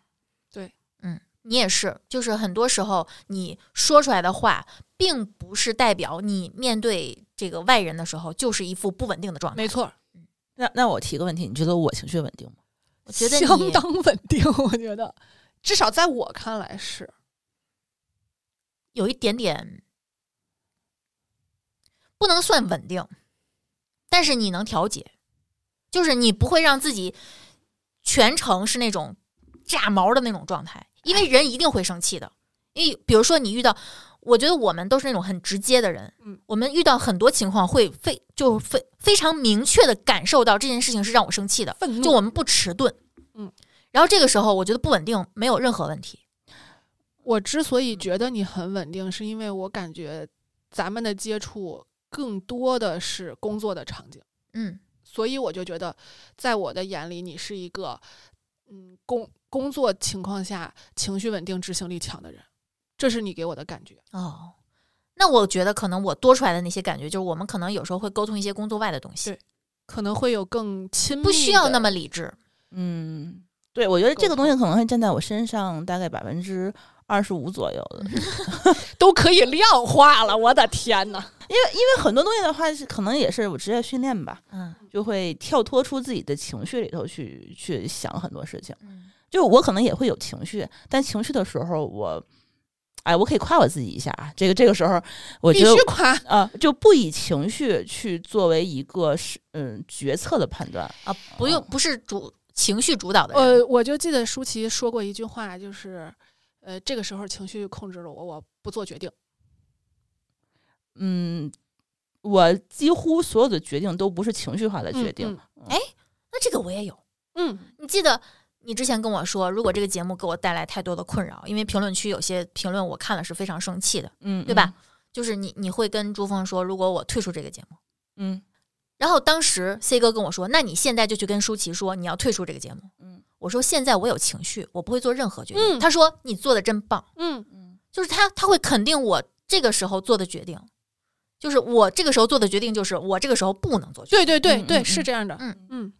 S4: 嗯，你也是，就是很多时候你说出来的话，并不是代表你面对这个外人的时候就是一副不稳定的状态。
S3: 没错，
S2: 那那那我提个问题，你觉得我情绪稳定吗？
S4: 我觉得你
S3: 相当稳定，我觉得至少在我看来是。
S4: 有一点点不能算稳定，但是你能调节，就是你不会让自己全程是那种炸毛的那种状态，因为人一定会生气的。因为比如说你遇到，我觉得我们都是那种很直接的人，
S3: 嗯，
S4: 我们遇到很多情况会非就非非常明确的感受到这件事情是让我生气的，
S3: 愤怒
S4: 就我们不迟钝，
S3: 嗯，
S4: 然后这个时候我觉得不稳定没有任何问题，
S3: 我之所以觉得你很稳定，是因为我感觉咱们的接触更多的是工作的场景。
S4: 嗯
S3: 所以我就觉得，在我的眼里，你是一个嗯工工作情况下情绪稳定、执行力强的人，这是你给我的感觉。
S4: 哦，那我觉得可能我多出来的那些感觉，就是我们可能有时候会沟通一些工作外的东西
S3: 对，可能会有更亲密的，
S4: 不需要那么理智。
S2: 嗯，对，我觉得这个东西可能会站在我身上大概百分之二十五左右的， 因
S3: 都可以量化了。我的天哪！
S2: 为因为很多东西的话是可能也是我职业训练吧，
S4: 嗯
S2: 就会跳脱出自己的情绪里头去去想很多事情。
S4: 嗯
S2: 就我可能也会有情绪，但情绪的时候我，哎，我可以夸我自己一下啊。这个这个时候，我
S3: 必
S2: 觉得
S3: 须夸，
S2: 啊，就不以情绪去作为一个是嗯决策的判断。
S4: 啊，不
S2: 哦
S4: 用，不是主情绪主导的人。
S3: 呃，我就记得舒淇说过一句话，就是，呃，这个时候情绪控制了我，我不做决定。
S2: 嗯，我几乎所有的决定都不是情绪化的决定。
S4: 哎那这个我也有。
S3: 嗯，
S4: 你记得你之前跟我说，如果这个节目给我带来太多的困扰，因为评论区有些评论我看了是非常生气的，
S2: 嗯，
S4: 哎对吧？就是你你会跟朱峰说，如果我退出这个节目，
S2: 嗯？
S4: 然后当时 C 哥跟我说，那你现在就去跟舒淇说你要退出这个节目。
S2: 嗯
S4: 我说现在我有情绪，我不会做任何决定。
S3: 嗯
S4: 他说你做的真棒，
S3: 嗯
S2: 嗯嗯
S4: 就是他他会肯定我这个时候做的决定，就是我这个时候做的决定就是我这个时候不能做决定。
S3: 对对对
S2: 嗯
S3: 对，
S2: 嗯
S3: 是这样的。
S4: 嗯
S3: 嗯，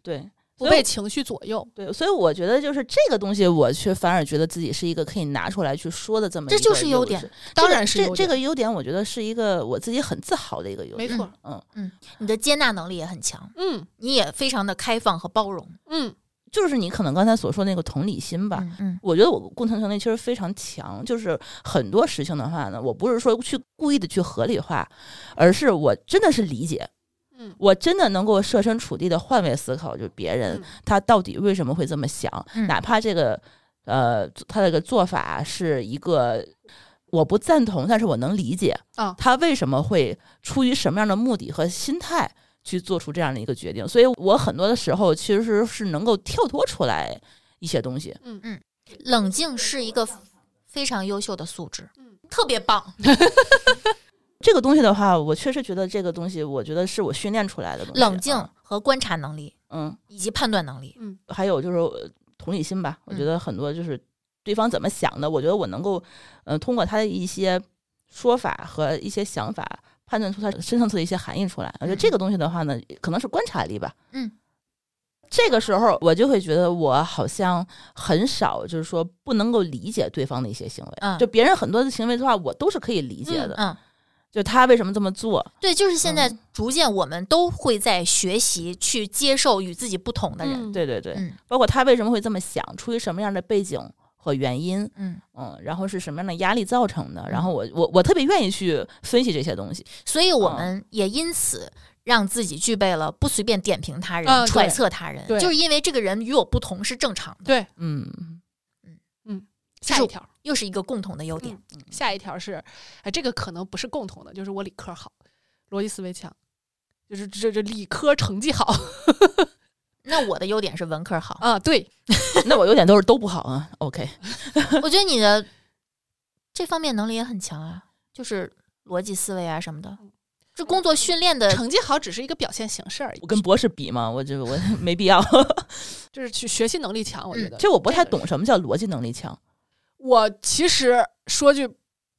S2: 对，
S3: 不
S2: 所以
S3: 被
S2: 我
S3: 情绪左右。
S2: 对，所以我觉得就是这个东西，我却反而觉得自己是一个可以拿出来去说的这么一
S4: 这
S2: 个
S4: 就是优
S2: 优
S4: 点
S2: 势，
S3: 当然是
S2: 这
S3: 优
S2: 个这这
S3: 点
S2: 个优点，我觉得是一个我自己很自豪的一个优
S3: 没
S2: 点。
S3: 错。
S2: 嗯，
S4: 你的接纳能力也很强，
S3: 嗯
S4: 你也非常的开放和包容
S3: 嗯
S2: 就是你可能刚才所说那个同理心吧。
S4: 吧。嗯
S2: 我觉得我共情能力其实非常强，就是很多事情的话呢，我不是说去故意的去合理化，而是我真的是理解，
S3: 嗯
S2: 我真的能够设身处地的换位思考，就别人
S3: 嗯
S2: 他到底为什么会这么想，
S4: 嗯
S2: 哪怕这个呃他这个做法是一个我不赞同，但是我能理解
S3: 啊
S4: 哦
S2: 他为什么会出于什么样的目的和心态去做出这样的一个决定，所以我很多的时候其实是能够跳脱出来一些东西。
S4: 冷静是一个非常优秀的素质，
S3: 嗯
S4: 特别棒。
S2: 这个东西的话，我确实觉得这个东西，我觉得是我训练出来的东西。
S4: 冷静
S2: 啊
S4: 和观察能力
S2: 嗯，
S4: 以及判断能力。
S3: 嗯
S2: 还有就是呃同理心吧，我
S4: 嗯
S2: 觉得很多就是对方怎么想的，我觉得我能够，呃，通过他的一些说法和一些想法，判断出他深层次的一些含义出来。我觉得这个东西的话呢，可能是观察力吧。
S4: 嗯，
S2: 这个时候我就会觉得我好像很少，就是说不能够理解对方的一些行为。
S4: 嗯
S2: 就别人很多的行为的话，我都是可以理解的。
S4: 嗯，
S2: 就他为什么这么做，
S4: 对，就是现在逐渐我们都会在学习去接受与自己不同的人。
S3: 嗯
S2: 对对对。
S4: 嗯
S2: 包括他为什么会这么想，出于什么样的背景和原因，
S4: 嗯，
S2: 嗯，然后是什么样的压力造成的，然后我我我特别愿意去分析这些东西，
S4: 所以
S3: 嗯
S4: 我们也因此让自己具备了不随便点评他人、
S3: 嗯对
S4: 揣测他人，
S3: 对
S4: 就是因为这个人与我不同是正常的，
S3: 对，
S2: 嗯，
S3: 下
S4: 这是
S3: 一
S4: 我
S3: 条。
S4: 又是一个共同的优
S3: 嗯
S4: 点。
S3: 下一条是，哎，这个可能不是共同的，就是我理科好，逻辑思维强，就是这这理科成绩好
S4: 那我的优点是文科好，
S3: 啊。对，
S2: 那我优点都是都不好啊，OK，
S4: 我觉得你的这方面能力也很强啊，就是逻辑思维啊什么的，这工作训练的
S3: 嗯成绩好只是一个表现形式而已。
S2: 呃我跟博士比嘛，我这 我没必要，
S3: 就是去学习能力强，我觉
S4: 嗯
S3: 得。
S2: 其实我不太
S3: 这个
S2: 懂什么叫逻辑能力强，
S3: 我其实说句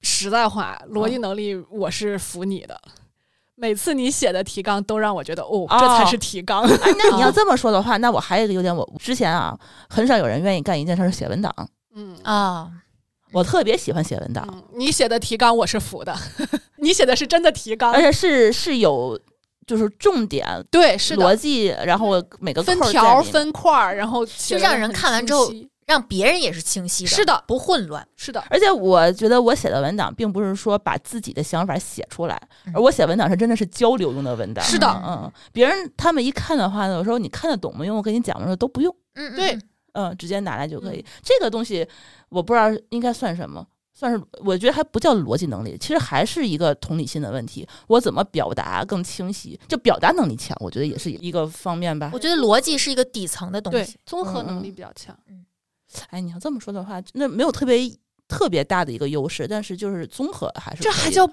S3: 实在话，逻
S2: 哦
S3: 辑能力我是服你的。每次你写的提纲都让我觉得，哦，这才
S2: 哦
S3: 是提纲。
S2: 哎，那你要
S4: 哦
S2: 这么说的话，那我还有一个优点，我之前啊很少有人愿意干一件事儿，写文档，
S3: 嗯
S4: 啊，
S2: 我特别喜欢写文档，
S3: 嗯，你写的提纲我是服的，你写的是真的提纲
S2: 而。且是是有就是重点
S3: 对，是
S2: 逻
S3: 的，
S2: 辑，然后每个
S3: 分
S2: 扣儿在
S3: 条
S2: 里面
S3: 分块儿，然后就
S4: 让人看完之后让别人也是清晰的，
S3: 是的
S4: 不混乱。
S3: 是的，
S2: 而且我觉得我写的文档并不是说把自己的想法写出来，
S4: 嗯
S2: 而我写文档是真的是交流用的文档。
S3: 是的
S2: 嗯，嗯别人他们一看的话呢，有时候你看得懂吗？因为我跟你讲的时候都不用，
S4: 嗯，嗯
S3: 对
S4: 嗯
S2: 嗯，直接拿来就可以。这个东西我不知道应该算什么，算是我觉得还不叫逻辑能力，其实还是一个同理心的问题。我怎么表达更清晰？就表达能力强，我觉得也是一个方面吧
S4: 我。觉得逻辑是一个底层的东
S3: 对
S4: 西。，
S3: 综合
S2: 嗯嗯
S3: 能力比较强。
S2: 哎，你要这么说的话，那没有特别特别大的一个优势，但是就是综合还是
S3: 这
S2: 可以
S3: 还
S2: 的
S3: 叫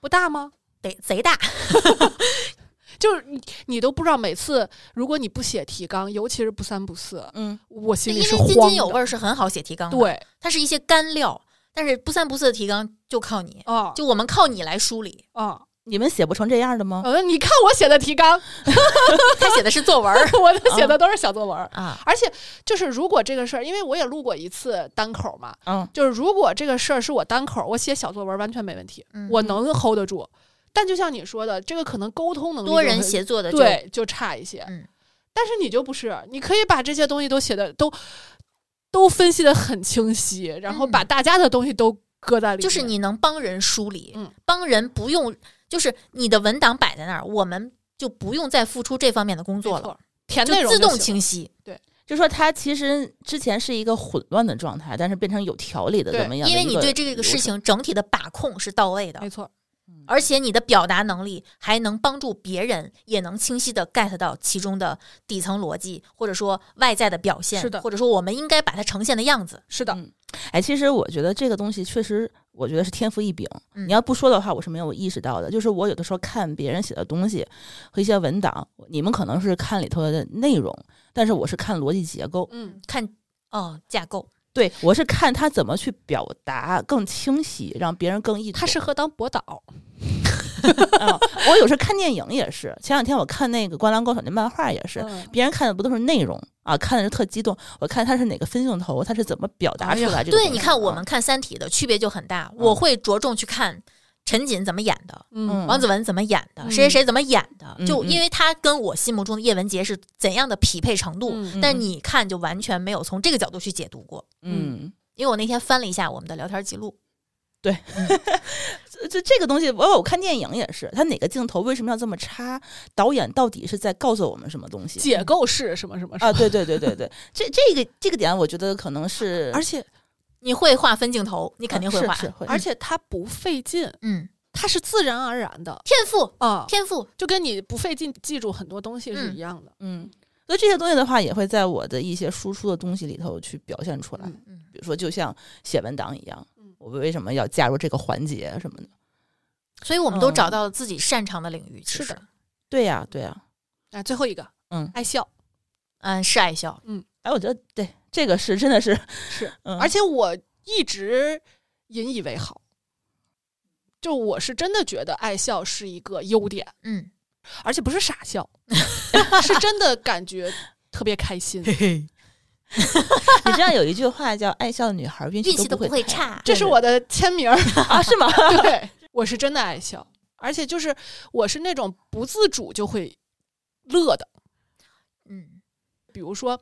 S3: 不大吗？
S4: 得贼大，
S3: 就是你，你都不知道每次如果你不写提纲，尤其是不三不四，
S2: 嗯。
S3: 我心
S4: 因
S3: 里
S4: 为
S3: 是
S4: 津
S3: 慌
S4: 津有味
S3: 的。
S4: 儿是很好写提纲的，，
S3: 对，
S4: 它是一些干料，但是不三不四的提纲就靠你，
S3: 啊
S4: 就我们靠你来梳理。
S3: 啊，
S2: 你们写不成这样的吗？
S3: 呃，你看我写的提纲，
S4: 他写的是作 文儿
S3: 我的写的都是小作文儿。
S4: 啊，
S3: 而且就是，如果这个事儿，因为我也录过一次单口嘛，
S2: 嗯，
S3: 就是如果这个事儿是我单口，我写小作文完全没问题，
S4: 嗯
S3: 我能 hold 得住。但就像你说的，这个可能沟通能力
S4: 多
S3: 就
S4: 人
S3: 很
S4: 协作的就
S3: 对就差一些。
S4: 嗯
S3: 但是你就不是，你可以把这些东西都写的都都分析的很清晰，然后
S4: 嗯
S3: 把大家的东西都搁在里面。
S4: 就是你能帮人梳理，
S3: 嗯
S4: 帮人不用，就是你的文档摆在那儿，我们就不用再付出这方面的工
S3: 没错
S4: 作了，
S3: 填
S4: 就
S3: 内容
S4: 自动
S3: 行
S4: 清晰。
S2: 就说他其实之前是一个混乱的状态，但是变成有条理的
S3: 对
S2: 怎么样的
S4: 因为你
S2: 一个
S4: 对这个事情整体的把控是到位
S3: 了，
S4: 的
S3: 没，错，
S4: 而且你的表达能力还能帮助别人，也能清晰的 get 到其中的底层逻辑，或者说外在的表现，
S3: 是的
S4: 或者说我们应该把它呈现的样子。
S3: 是的，
S2: 嗯哎，其实我觉得这个东西确实，我觉得是天赋异禀。
S4: 嗯
S2: 你要不说的话，我是没有意识到的。就是我有的时候看别人写的东西和一些文档，你们可能是看里头的内容，但是我是看逻辑结构，
S3: 嗯，
S4: 看哦，架构
S2: 对我是看他怎么去表达更清晰，让别人更易懂。
S3: 它适合当博导，
S2: 啊，我有时候看电影也是，前两天我看那个《灌篮高手》那漫画也是，
S3: 嗯
S2: 别人看的不都是内容啊，看的是特激动。我看他是哪个分镜头，他是怎么表达出来这个东西的、啊
S4: 对，你看我们看《三体》的区别就很大，我会着重去看陈瑾怎么演的，
S2: 嗯
S4: 王子文怎么演的，
S3: 嗯
S4: 谁谁谁怎么演的，
S2: 嗯
S4: 就
S2: 嗯
S4: 因为他跟我心目中的叶文洁是怎样的匹配程度，
S3: 嗯
S4: 但你看就完全没有从这个角度去解读过。
S2: 嗯，
S4: 因为我那天翻了一下我们的聊天记录，
S2: 这这这个东西，哦我我看电影也是，他哪个镜头为什么要这么插？导演到底是在告诉我们什么东西？
S3: 解构式什么什么什
S2: 啊，
S3: 么，
S2: 对对对对对，这这个这个点，我觉得可能是，
S3: 而且
S4: 你会画分镜头，你肯定会
S2: 是
S4: 画，
S2: 是会，
S3: 而且它不费劲，
S4: 嗯，
S3: 它是自然而然的
S4: 天赋，
S3: 啊，
S4: 天赋，
S3: 就跟你不费劲记住很多东西是一样的。
S2: 嗯，所以这些东西的话，也会在我的一些输出的东西里头去表现出来。
S3: 嗯
S4: 嗯
S2: 比如说，就像写文档一样
S3: 嗯，
S2: 我为什么要加入这个环节什么的？
S4: 所以我们都
S2: 嗯
S4: 找到了自己擅长的领域，其
S3: 是
S4: 实
S3: 的，
S2: 对呀、对呀、
S3: 哎，最后一个，
S2: 嗯
S3: 爱笑
S4: 嗯，是爱笑，
S2: 哎，我觉得对这个是真的是，
S3: 是，
S2: 嗯，
S3: 而且我一直引以为豪。就我是真的觉得爱笑是一个优点，
S4: 嗯，
S3: 而且不是傻 笑，是真的感觉特别开心。
S4: 嘿，
S2: 你知道有一句话叫“爱笑的女孩运
S4: 运气都
S2: 不
S4: 不会差，
S3: 这是我的签名儿，
S2: 啊”，是吗？
S3: 对我是真的爱笑，而且就是我是那种不自主就会乐的。
S4: 嗯，
S3: 比如说，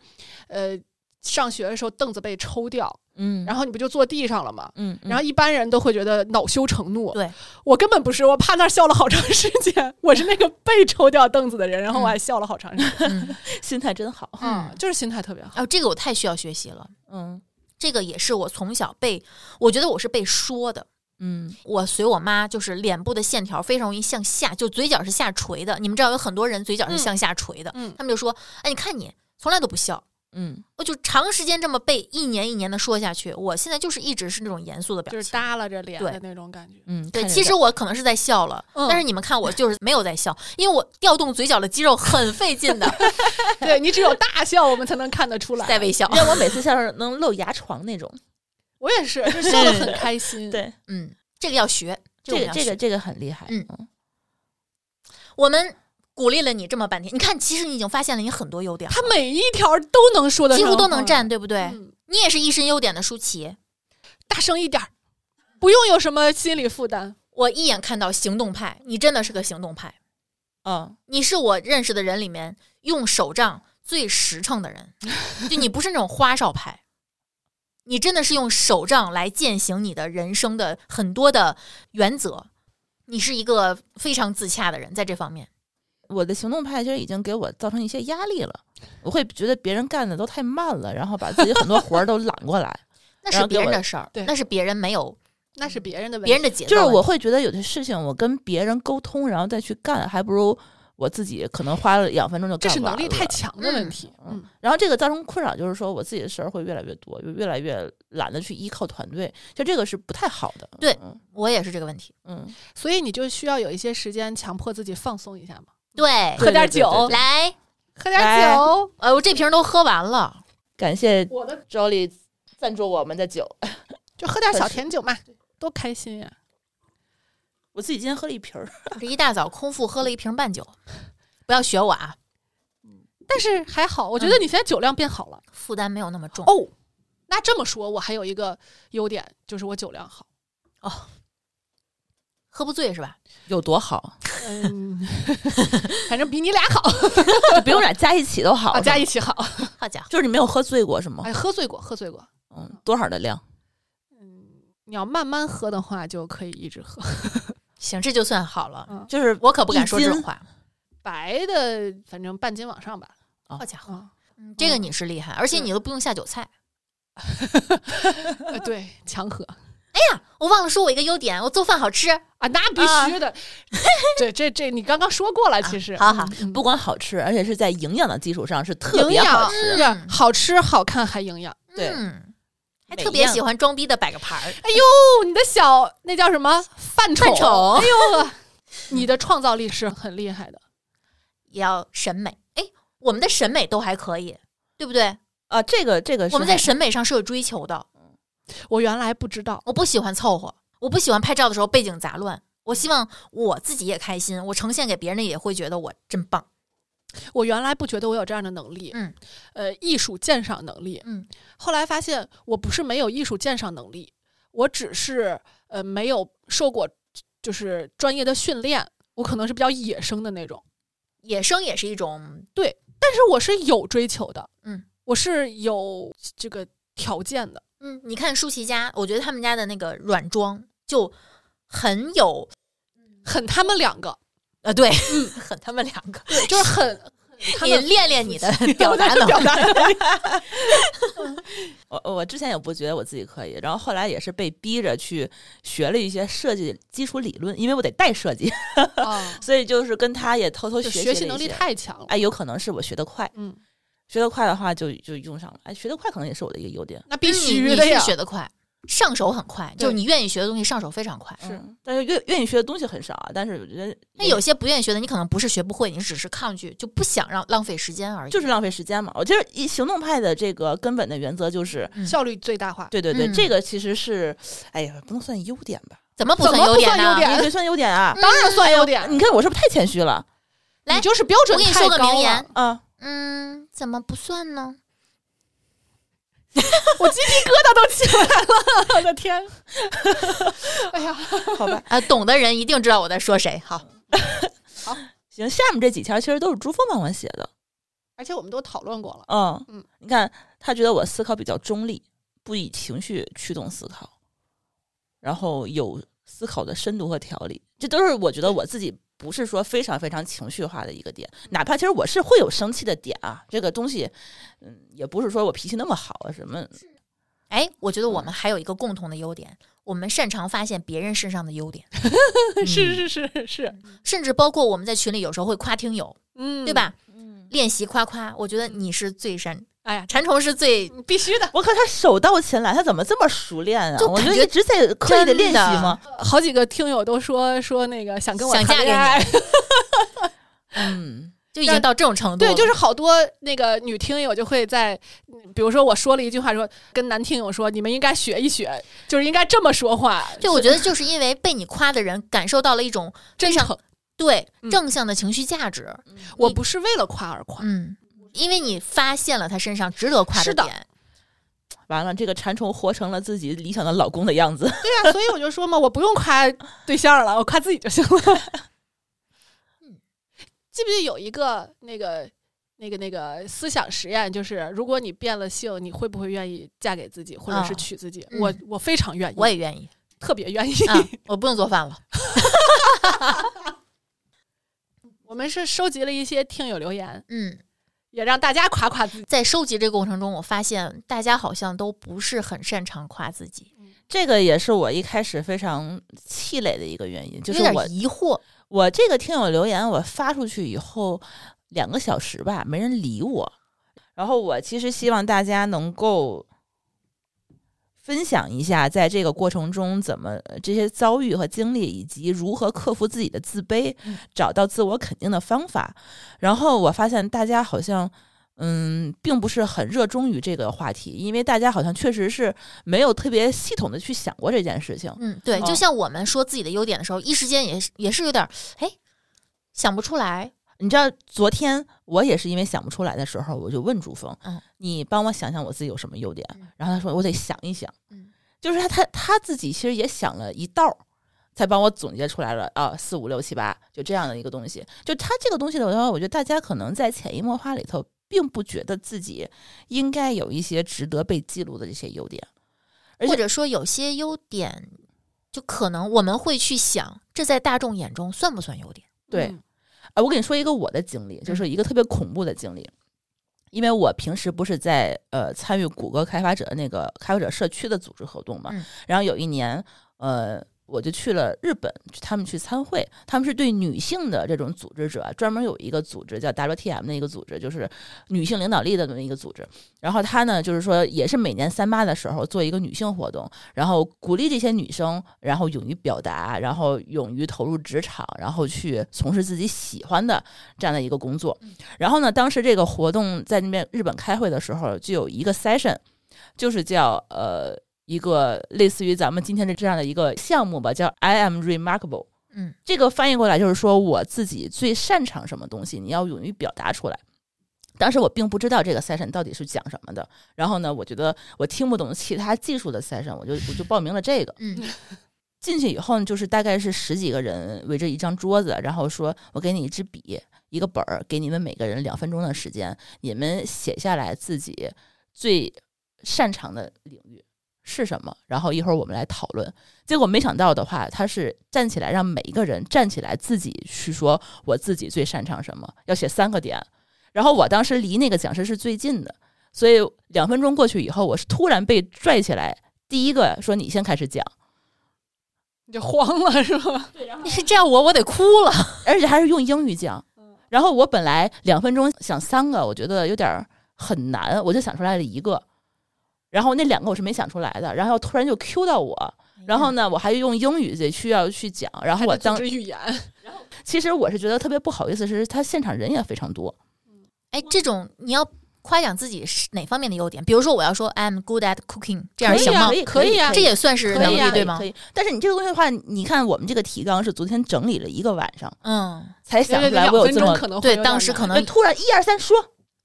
S3: 呃，上学的时候凳子被抽掉，
S2: 嗯
S3: 然
S2: 后
S3: 后你不就坐地上了吗？
S2: 嗯，
S3: 然后一般人都会觉得恼羞成怒，
S4: 对
S3: 我根本不是，我趴那儿笑了好长时间，我是那个被抽掉凳子的 人，然后我还笑了好长时间，
S4: 嗯，
S2: 心态真好，
S4: 嗯
S3: 就是心态特别好。
S4: 哦，这个我太需要学习了，
S2: 嗯
S4: 这个也是我从小被，我觉得我是被说的。
S2: 嗯
S4: 我随我妈就是脸部的线条非常容易向下，就嘴角是下垂的。你们知道有很多人嘴角是向下垂的，
S3: 嗯
S4: 他们就说：“哎，你看你从来都不笑。
S2: 嗯”
S4: 我就长时间这么被一年一年的说下去，我现在就是一直是那种严肃的表
S3: 就是
S4: 情。
S3: 耷拉着脸
S4: 对
S3: 的那种感觉，
S2: 嗯，
S4: 对，
S2: 看着
S4: 其实
S2: 点
S4: 我可能是在笑了，
S3: 嗯
S4: 但是你们看我就是没有在笑，因为我调动嘴角的肌肉很费 劲的，
S3: 对你只有大笑，我们才能看得出来。
S4: 在微 笑
S2: 你。知道我每次笑是能露牙床那种，
S3: 我也是，就笑得很开 心。，
S2: 对，
S4: 嗯，这个要学，
S2: 这
S4: 我
S2: 个
S4: 们要
S2: 这
S4: 学
S2: 个这个很厉害，
S4: 嗯我们鼓励了你这么半天，你看，其实你已经发现了你很多优点了，
S3: 他每一条都能说的，
S4: 几乎都能占，对不对？
S3: 嗯
S4: 你也是一身优点的舒淇，
S3: 大声一点儿，不用有什么心理负担。
S4: 我一眼看到行动派，你真的是个行动派。
S2: 嗯，
S4: 你是我认识的人里面用手账最实诚的 人，就你不是那种花哨派，你真的是用手账来践行你的人生的很多的原则。你是一个非常自洽的人，在这方面，
S2: 我的行动派其实已经给我造成一些压力了，我会觉得别人干的都太慢了，然后把自己很多活儿都揽过来。
S4: 那
S2: 然
S4: 是
S2: 后给
S4: 别人
S2: 我
S4: 的事儿
S3: 对，
S4: 那是别人没有
S3: 那是别人的问题，
S4: 嗯别人的节奏
S2: 就是
S4: 问
S2: 我
S4: 题
S2: 会觉得有些事情我跟别人沟通，然后再去干，还不如我自己可能花了两分钟就
S3: 这
S2: 干
S3: 是
S2: 完了。
S3: 能力太强的问题。
S2: 嗯
S3: 嗯，
S2: 然后这个造成困扰就是说，我自己的事儿会越来越多，就越来越懒得去依靠团队，就这个是不太好的。
S4: 对
S2: 嗯
S4: 我也是这个问题。
S2: 嗯，
S3: 所以你就需要有一些时间强迫自己放松一下嘛，
S4: 对，
S3: 喝点酒，
S4: 来，
S3: 喝点
S2: 来
S3: 酒。
S4: 呃，我这瓶都喝完了，
S2: 感谢
S3: 我的
S2: Jolly 赞助我们的酒，
S3: 就喝点
S2: 可
S3: 小
S2: 是
S3: 甜酒嘛，多开心呀！
S2: 我自己今天喝了一瓶儿。
S4: 我这一大早空腹喝了一瓶半酒，不要学我啊，
S3: 但是还好，我觉得你现在酒量变好了。
S4: 负担没有那么重。
S3: 哦，那这么说，我还有一个优点，就是我酒量好。
S4: 喝不醉是吧？
S2: 有多好？
S3: 嗯， 反正比你俩好，
S2: 不 用俩加一起都好
S3: 啊，
S2: 是吧，
S3: 加一起好。
S4: 好家伙，
S2: 就是你没有喝醉过是吗？
S3: 哎，喝醉过，喝醉过。
S2: 嗯，多少的量？
S3: 嗯，你要慢慢喝的话，就可以一直喝。
S4: 行，这就算好了。
S3: 嗯，
S2: 就是
S4: 我可不敢说这种话。
S3: 白的，反正半斤往上吧。
S2: 啊
S4: 好家伙，
S3: 啊，
S4: 嗯这个你是厉害，而
S2: 嗯
S4: 且你都不用下酒菜。
S3: 呃对，强喝
S4: 我忘了说我一个优点，我做饭好吃。
S3: 啊，那必须的。 这这这，你刚刚说过了，其实。
S4: 啊好好
S3: 嗯，
S2: 不光好吃，而且是在营养的基础上是特
S3: 营
S2: 别好
S3: 养
S2: 吃。
S3: 是好吃好看还营养。
S2: 对
S4: 嗯，还
S2: 每
S4: 特
S2: 一
S4: 别
S2: 样
S4: 喜欢装逼的摆个盘儿。
S3: 哎呦，你的小那叫什么饭
S4: 犯
S3: 宠？
S4: 丑
S3: 哎呦， 你的创造力是很厉害的。
S4: 也要审美。哎，我们的审美都还可以，对不对？
S2: 啊，这个这个是
S4: 我们在
S2: 还
S4: 审美上是有追求的。
S3: 我原来不知道，
S4: 我不喜欢凑合，我不喜欢拍照的时候背景杂乱。我希望我自己也开心，我呈现给别人的也会觉得我真棒。
S3: 我原来不觉得我有这样的能力，
S4: 嗯，
S3: 呃，艺术鉴赏能力，
S4: 嗯，
S3: 后来发现我不是没有艺术鉴赏能力，我只是呃没有受过就是专业的训练，我可能是比较野生的那种，
S4: 野生也是一种，
S3: 但是我是有追求的，
S4: 嗯，
S3: 我是有这个条件的，
S4: 嗯，你看舒淇家，我觉得他们家的那个软装就很有，
S3: 很他们两个，
S4: 呃，对，很他们两个，
S3: 对，就是很很嗯他
S4: 你
S3: 们
S4: 练练你的 表达能力，
S2: 我我之前也不觉得我自己可以，然后后来也是被逼着去学了一些设计基础理论，因为我得带设计，
S3: 啊，
S2: 所以就是跟他也偷偷
S3: 就
S2: 学
S3: 学
S2: 习
S3: 习
S2: 了
S3: 能
S2: 一
S3: 力
S2: 些
S3: 太强了，
S2: 哎，有可能是我学得快，
S3: 嗯，
S2: 学得快的话就就用上了，哎，学得快可能也是我的一个优点，
S3: 那必
S4: 你
S3: 须
S4: 你
S3: 的呀
S4: 是，学得快，上手很快，就是
S3: 对
S4: 你愿意学的东西上手非常快。
S2: 是，但是愿愿意学的东西很少啊，但是我觉得
S4: 嗯那有些不愿意学的，你可能不是学不会，你只是抗拒，就不想让浪费时间而已。
S2: 就是浪费时间嘛，我觉得一行动派的这个根本的原则就是。
S4: 嗯
S3: 效率最大化，
S2: 对对对，
S4: 嗯
S2: 这个其实是，哎呀，不能算优点 吧？
S4: 怎么不
S3: 怎
S4: 算
S3: 么
S4: 优
S3: 不
S4: 点
S3: 算
S4: 呢？
S3: 优点
S2: 也可以算优点啊。
S3: 当然算优
S4: 嗯
S3: 点，
S2: 你看我是不是太谦虚了
S4: 来
S3: 你就是标准
S4: 我给你
S3: 太
S4: 说个
S3: 高
S4: 名
S3: 了
S4: 言，
S2: 啊？
S4: 嗯，怎么不算呢？
S3: 我鸡皮疙瘩都起来了， 我的天！ 哎呀，
S2: 好吧，
S4: 啊，懂的人一定知道我在说谁。好，
S2: 行，下面这几条其实都是朱峰帮我写的。
S3: 而且我们都讨论过了，
S2: 嗯
S3: 嗯
S2: 你看他觉得我思考比较中立，不以情绪驱动思考，然后有思考的深度和条理，这都是我觉得我自己不是说非常非常情绪化的一个点。哪怕其实我是会有生气的点啊，这个东西，嗯，也不是说我脾气那么好啊，什么
S4: 哎，我觉得
S3: 嗯
S4: 我们还有一个共同的优点，我们擅长发现别人身上的优点，
S3: 是 是是是，
S4: 甚至包括我们在群里有时候会夸听友，
S3: 嗯，
S4: 对？吧？
S2: 嗯，
S4: 练习夸夸，我觉得你是最擅，
S3: 哎呀，
S4: 馋虫是最
S3: 必须的，
S2: 我靠，他手到擒来，他怎么这么熟练啊？
S4: 就
S2: 我就
S4: 感觉
S2: 一直在刻意地
S4: 真
S2: 练习
S4: 的
S2: 吗？
S3: 好几个听友都说说那个想跟我
S4: 想
S3: 谈
S4: 嫁给
S3: 恋爱，
S2: 嗯，
S4: 就已经到这种程度 了。
S3: 对，就是好多那个女听友就会在，嗯比如说我说了一句话说，跟男听友说，你们应该学一学，就是应该这么说话，
S4: 对，我觉得就是因为被你夸的人感受到了一种
S3: 真
S4: 非常
S3: 诚，
S4: 对
S3: 嗯
S4: 正向的情绪价值，
S3: 我不是为了夸而夸，
S4: 嗯，因为你发现了他身上值得夸
S3: 是的
S4: 点，
S2: 完了，这个馋虫活成了自己理想的老公的样子。
S3: 对啊呀，所以我就说嘛，我不用夸对象了，我夸自己就行了。记不记得有一个那个那个那个思想实验，就是如果你变了性，你会不会愿意嫁给自己，或者是
S2: 啊
S3: 娶自己？
S4: 嗯
S3: 我我非常愿意，
S4: 我也 愿意
S3: 特别愿意。
S4: 啊，
S2: 嗯
S4: 我不用做饭了。
S3: 我们是收集了一些听友留言，
S4: 嗯，
S3: 也让大家夸夸自己。
S4: 在收集这个过程中，我发现大家好像都不是很擅长夸自己，
S2: 这个也是我一开始非常气馁的一个原因，就是
S4: 有
S2: 我
S4: 点疑惑。
S2: 我这个听友留言我发出去以后两个小时吧，没人理我。然后我其实希望大家能够分享一下，在这个过程中怎么呃这些遭遇和经历，以及如何克服自己的自卑，找到自我肯定的方法。然后我发现大家好像。嗯，并不是很热衷于这个话题，因为大家好像确实是没有特别系统的去想过这件事情。
S4: 嗯，对，
S2: 哦
S4: 就像我们说自己的优点的时候，一时间也是也是有点儿哎想不出来。
S2: 你知道，昨天我也是因为想不出来的时候，我就问朱峰：“
S4: 嗯
S2: 你帮我想想我自己有什么优点？”
S4: 嗯
S2: 然后他说：“我得想一想。”
S4: 嗯
S2: 就是他他他自己其实也想了一道儿，才帮我总结出来了啊，四五六七八，就这样的一个东西。就他这个东西的话，我觉得大家可能在潜移默化里头，并不觉得自己应该有一些值得被记录的这些优点。而且
S4: 或者说有些优点，就可能我们会去想，这在大众眼中算不算优点？
S2: 对
S3: 嗯
S2: 啊，我跟你说一个我的经历，就是一个特别恐怖的经历，因为我平时不是在呃参与谷歌开发者的那个开发者社区的组织活动嘛，
S4: 嗯
S2: 然后有一年呃。我就去了日本，去他们去参会，他们是对女性的这种组织者啊专门有一个组织叫 WTM 的一个组织，就是女性领导力的那么一个组织。然后他呢，就是说也是每年三八的时候做一个女性活动，然后鼓励这些女生，然后勇于表达，然后勇于投入职场，然后去从事自己喜欢的这样的一个工作。然后呢，当时这个活动在那边日本开会的时候，就有一个 session，就是叫呃一个类似于咱们今天的这样的一个项目吧，叫 I am remarkable。
S4: 嗯，
S2: 这个翻译过来就是说我自己最擅长什么东西，你要勇于表达出来。当时我并不知道这个 session 到底是讲什么的，然后呢，我觉得我听不懂其他技术的 session，我就我就报名了这个。
S4: 嗯
S2: 进去以后呢，就是大概是十几个人围着一张桌子，然后说我给你一支笔，一个本儿，给你们每个人两分钟的时间，你们写下来自己最擅长的领域是什么，然后一会儿我们来讨论。结果没想到的话，他是站起来让每一个人站起来自己去说我自己最擅长什么，要写三个点。然后我当时离那个讲师是最近的，所以两分钟过去以后，我是突然被拽起来，第一个说你先开始讲。
S3: 你就慌了是吧？
S4: 你是这样我我得哭
S3: 哎
S4: 了。
S2: 而且还是用英语讲
S3: 嗯。
S2: 然后我本来两分钟想三个，我觉得有点儿很难，我就想出来了一个。然后那两个我是没想出来的，然后突然就 Q 到我，然后呢，我还用英语得需要去讲，然后我
S3: 嗯还得
S2: 当
S3: 组织语言，
S2: 其实我是觉得特别不好意思，是他现场人也非常多，
S4: 哎，这种你要夸奖自己是哪方面的优点？比如说，我要说 I'm good at cooking，这样
S3: 可以
S4: 行
S3: 啊
S4: 吗
S2: 可？以
S3: 可以啊
S4: 这也算是
S3: 可以
S4: 能力
S3: 啊
S4: 对吗
S2: 可？以。但是你这个东西的话，你看我们这个提纲是昨天整理了一个晚上
S4: 嗯，
S2: 才想
S3: 对对
S2: 出
S3: 对，
S2: 来，
S3: 两
S2: 我有
S3: 分
S2: 这
S3: 钟
S2: 么
S3: 可能会有
S4: 对，
S3: 点
S4: 当时可
S3: 难
S4: 能
S2: 突然一二三说，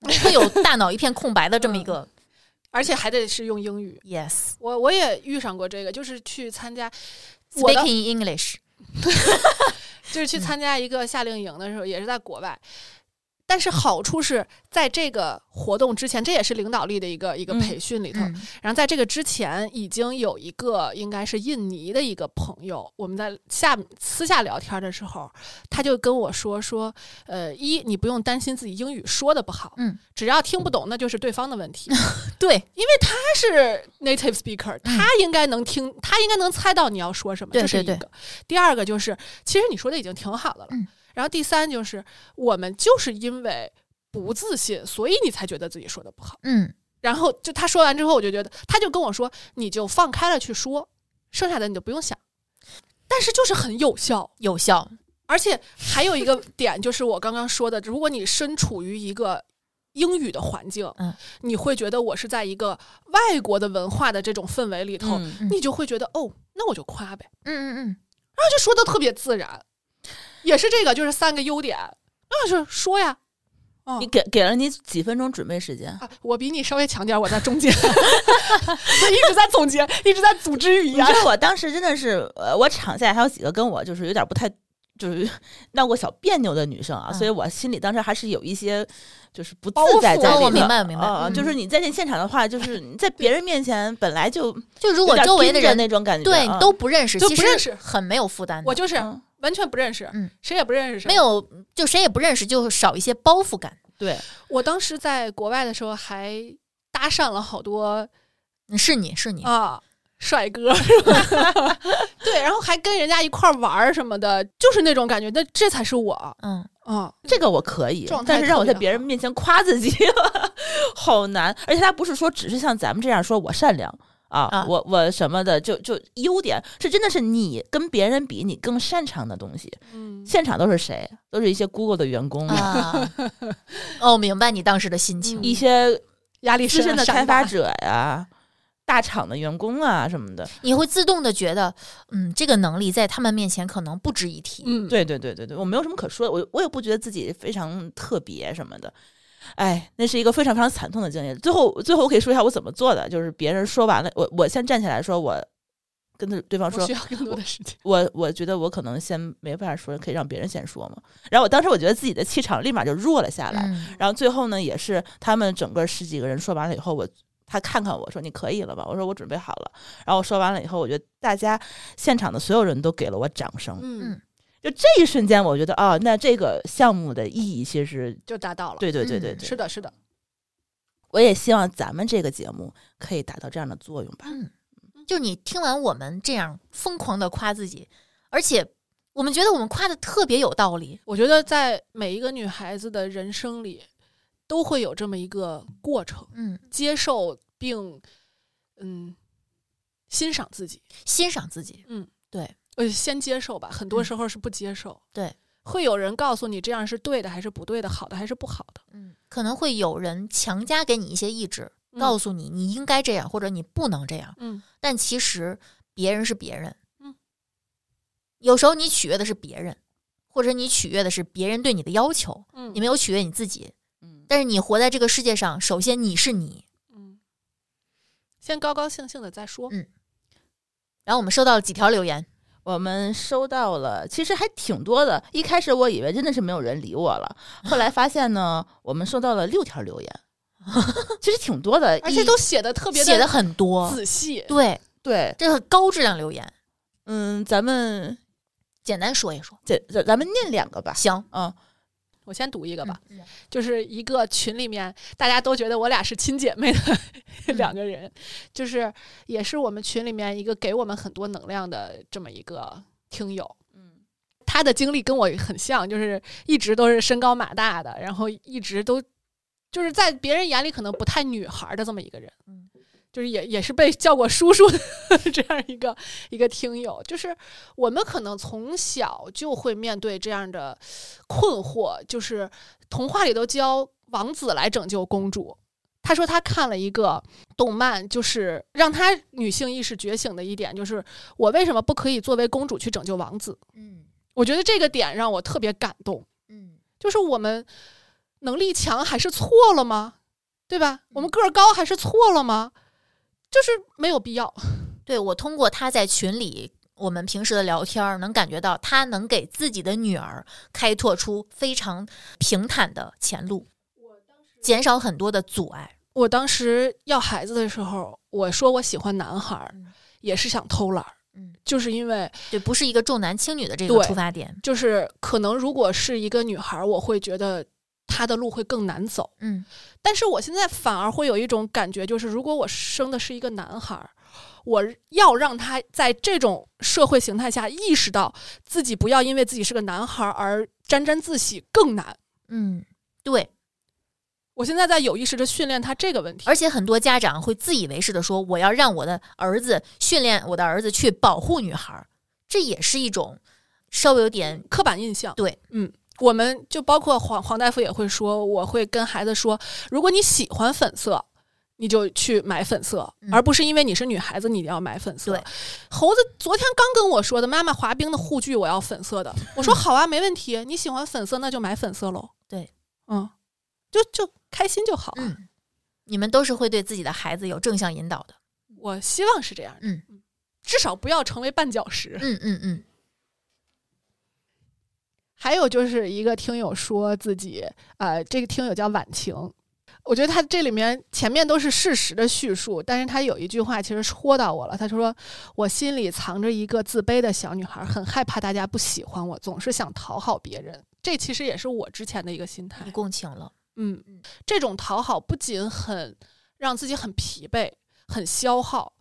S3: 哎
S4: 会有大脑一片空白的
S3: 嗯
S4: 这么一个
S3: 而且还得是用英语。
S4: yes
S3: 我我也遇上过这个，就是去参加我的
S4: speaking in English。
S3: 就是
S4: 嗯
S3: 去参加一个夏令营的时候，也是在国外。但
S4: 嗯
S3: 是好处是在这个活动之前，这也是领导力的一个一个
S2: 嗯
S3: 培训里头。
S4: 嗯
S3: 然后在这个之前，已经有一个应该是印尼的一个朋友，我们在下私下聊天的时候，他就跟我说说，呃，一你不用担心自己英语说的不好，
S4: 嗯，
S3: 只要听不懂那就是对方的问题，
S4: 对，
S3: 因为他是 native speaker，他应该能听，他应该能猜到你要说什么，
S4: 嗯对
S3: 这是一
S4: 对
S3: 个。
S4: 对
S3: 第二个就是，其实你说的已经挺好的了。
S4: 嗯
S3: 然后第三就是，我们就是因为不自信，所以你才觉得自己说的不好。
S4: 嗯，
S3: 然后就他说完之后，我就觉得，他就跟我说，你就放开了去说，剩下的你就不用想。但是就是很有效，
S4: 有效。
S3: 而且还有一个 点就是我刚刚说的，如果你身处于一个英语的环境，
S4: 嗯
S3: 你会觉得我是在一个外国的文化的这种氛围里头，
S2: 嗯
S4: 嗯
S3: 你就会觉得哦，那我就夸呗，
S4: 嗯嗯嗯，
S3: 然后就说的特别自然，也是这个就是三个优点，那就是说呀，哦
S2: 你给给了你几分钟准备时间，
S3: 啊，我比你稍微强点儿，我在中间， 所以一直在总结，一直在组织语
S2: 你
S3: 言
S4: 啊
S2: 知。道我当时真的是，呃，我场下还有几个跟我就是有点不太就是 闹过小别扭的女生啊，
S4: 嗯
S2: 所以我心里当时还是有一些就是不自
S3: 包袱
S2: 在在
S4: 哦
S2: 里头。
S4: 我明白我明白
S2: 啊
S4: 嗯
S2: 就是你在那现场的话，就是你在别人面前本来 就
S4: 就如
S2: 有
S4: 果
S2: 点
S4: 周围的
S2: 盯着
S4: 人
S2: 那种感觉，
S4: 对
S2: 啊
S4: 你都不认
S3: 嗯
S4: 识，
S3: 就
S4: 其
S3: 不认识
S4: 实很没有负担的。
S3: 我就是
S2: 嗯
S3: 完全不认识
S4: 嗯，
S3: 谁也不认识谁
S4: 没。有，就谁也不认识，就少一些包袱感。
S2: 对，
S3: 我当时在国外的时候还搭讪了好多
S4: 嗯是你是你，
S3: 啊帅哥，是吧 对，然后还跟人家一块儿玩儿什么的，就是那种感觉。那这才是我啊
S4: 嗯，，
S3: 嗯
S2: 这个我可以
S3: 状，态
S2: 但是让我在
S3: 特别
S2: 别
S3: 好
S2: 人面前夸自己， 好难。而且他不是说只是像咱们这样说我善良啊，
S4: 啊
S2: 我我什么的，就就优点是真的是你跟别人比你更擅长的东西。
S3: 嗯，
S2: 现场都是谁？都是一些 Google 的员工，
S4: 啊， 哦，明白你当时的心情。
S3: 嗯
S2: 一些
S3: 压力啊
S2: 资深的
S3: 山
S2: 开发
S3: 大
S2: 者呀、大厂的员工啊什么的。
S3: 嗯
S4: 你会自动的觉得，嗯，这个能力在他们面前可能不值一提。
S3: 嗯，
S2: 对对对对对，我没有什么可说的，我我也不觉得自己非常特别什么的。哎，那是一个非常非常惨痛的经历。最后，最后我可以说一下我怎么做的，就是别人说完了，我我先站起来说，我跟对对方
S3: 我
S2: 说
S3: 需，要更多的时间。
S2: 我我觉得我可能先没办法说，可以让别人先说嘛。然后我当时我觉得自己的气场立马就弱了下来。
S4: 嗯，
S2: 然后最后呢，也是他们整个十几个人说完了以后，我他看看我说你可以了吧？我说我准备好了。然后我说完了以后，我觉得大家现场的所有人都给了我掌声。
S3: 嗯，
S2: 就这一瞬间，我觉得啊、那这个项目的意义其实，
S3: 就达到了。，
S2: 对对对对
S4: 嗯
S2: 对，
S3: 是的，是的。
S2: 我也希望咱们这个节目可以达到这样的作用吧。
S3: 嗯
S4: 就你听完我们这样疯狂的夸自己，而且我们觉得我们夸的特别有道理。
S3: 我觉得在每一个女孩子的人生里，都会有这么一个过程，
S4: 嗯，
S3: 接受并嗯欣赏自己。
S4: 欣赏自己。
S3: 呃，先接受吧，很多
S4: 嗯
S3: 时候是不接受。
S4: 对，
S3: 会有人告诉你这样是对的还是不对的，好的还是不好的。
S4: 嗯，可能会有人强加给你一些意志，
S3: 嗯
S4: 告诉你你应该这样，或者你不能这样。
S3: 嗯
S4: 但其实别人是别人，
S3: 嗯，
S4: 有时候你取悦的是别人，或者你取悦的是别人对你的要求，
S3: 嗯
S4: 你没有取悦你自己。
S2: 嗯，
S4: 但是你活在这个世界上，首先你是你。
S3: 嗯，先高高兴兴的再说。
S4: 嗯然后我们收到了几条留言，
S2: 我们收到了，其实还挺多的。一开始我以为真的是没有人理我了，后来发现呢，我们收到了六条留言， 其实挺多的，
S3: 而且
S2: 一
S3: 都写的特别
S4: 写的
S3: 的
S4: 很多，
S3: 仔细。
S4: 对，
S2: 对。
S4: 这是高质量留言。
S2: 嗯，咱们
S4: 简单说一说，
S2: 这咱咱们念两个吧。
S4: 行，
S2: 嗯，
S3: 我先读一个
S4: 对
S3: 吧
S4: 吧，？
S3: 就是一个群里面大家都觉得我俩是亲姐妹的
S4: 嗯
S3: 两个人，就是也是我们群里面一个给我们很多能量的这么一个听友。
S2: 嗯
S3: 他的经历跟我很像，就是一直都是身高马大的，然后一直都就是在别人眼里可能不太女孩儿的这么一个人，
S4: 嗯
S3: 就是也也是被叫过叔叔的 这样一个一个听友。就是我们可能从小就会面对这样的困惑，就是童话里都教王子来拯救公主。他说他看了一个动漫，就是让他女性意识觉醒的一点，就是我为什么不可以作为公主去拯救王子？
S4: 嗯
S3: 我觉得这个点让我特别感动，
S4: 嗯
S3: 就是我们能力强还是错了吗？对吧？我们个儿高还是错了吗？就是没有必要。
S4: 对我通过他在群里我们平时的聊天儿，能感觉到他能给自己的女儿开拓出非常平坦的前路，减少很多的阻碍。
S3: 我当时要孩子的时候，我说我喜欢男孩儿
S4: 嗯，
S3: 也是想偷懒儿，
S4: 嗯，
S3: 就是因为
S4: 对，不是一个重男轻女的这个
S3: 对
S4: 出发点。
S3: 就是可能如果是一个女孩儿，我会觉得她的路会更难走。
S4: 嗯
S3: 但是我现在反而会有一种感觉，就是如果我生的是一个男孩儿，我要让他在这种社会形态下意识到自己不要因为自己是个男孩儿而沾沾自喜，更难。
S4: 嗯，对，
S3: 我现在在有意识的训练他这个问题，
S4: 而且很多家长会自以为是的说，我要让我的儿子训练我的儿子去保护女孩儿，这也是一种稍微有点
S3: 刻板印象。
S4: 对，
S3: 嗯，我们就包括黄黄大夫也会说，我会跟孩子说，如果你喜欢粉色。你就去买粉色，
S4: 嗯
S3: 而不是因为你是女孩子你要买粉色。
S4: 对
S3: 猴子昨天刚跟我说的，妈妈滑冰的护具我要粉色 的。我说好啊，没问题，你喜欢粉色那就买粉色喽。
S4: 对，
S3: 嗯，就就开心就好啊。
S4: 嗯，你们都是会对自己的孩子有正向引导的。
S3: 我希望是这样的，
S4: 嗯
S3: 至少不要成为绊脚石。
S4: 嗯嗯嗯，
S3: 还有就是一个听友说自己，呃，这个听友叫婉晴，我觉得他这里面前面都是事实的叙述，但是他有一句话其实戳到我了。他说：“我心里藏着一个自卑的小女孩，很害怕大家不喜欢我，总是想讨好别人。”这其实也是我之前的一个心态
S4: 你。共情了。
S3: 嗯，这种讨好不仅很让自己很疲惫、很消耗，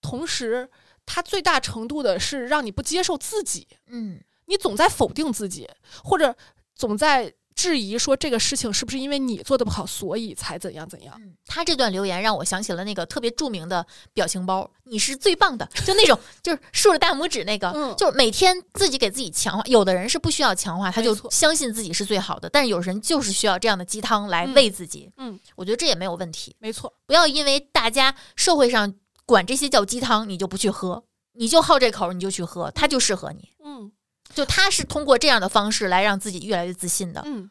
S3: 同时它最大程度的是让你不接受自己，
S4: 嗯，
S3: 你总在否定自己，或者总在质疑说这个事情是不是因为你做的不好，所以才怎样怎样。
S4: 嗯他这段留言让我想起了那个特别著名的表情包，你是最棒的，就那种就是竖着大拇指那个，
S3: 嗯
S4: 就是每天自己给自己强化。有的人是不需要强化，他就
S3: 没错
S4: 相信自己是最好的，但是有人就是需要这样的鸡汤来喂自己。
S3: 嗯嗯
S4: 我觉得这也没有问题，
S3: 没错，
S4: 不要因为大家社会上管这些叫鸡汤，你就不去喝，你就好这口儿你就去喝，它就适合你。
S3: 嗯
S4: 就他是通过这样的方式来让自己越来越自信的。
S3: 嗯，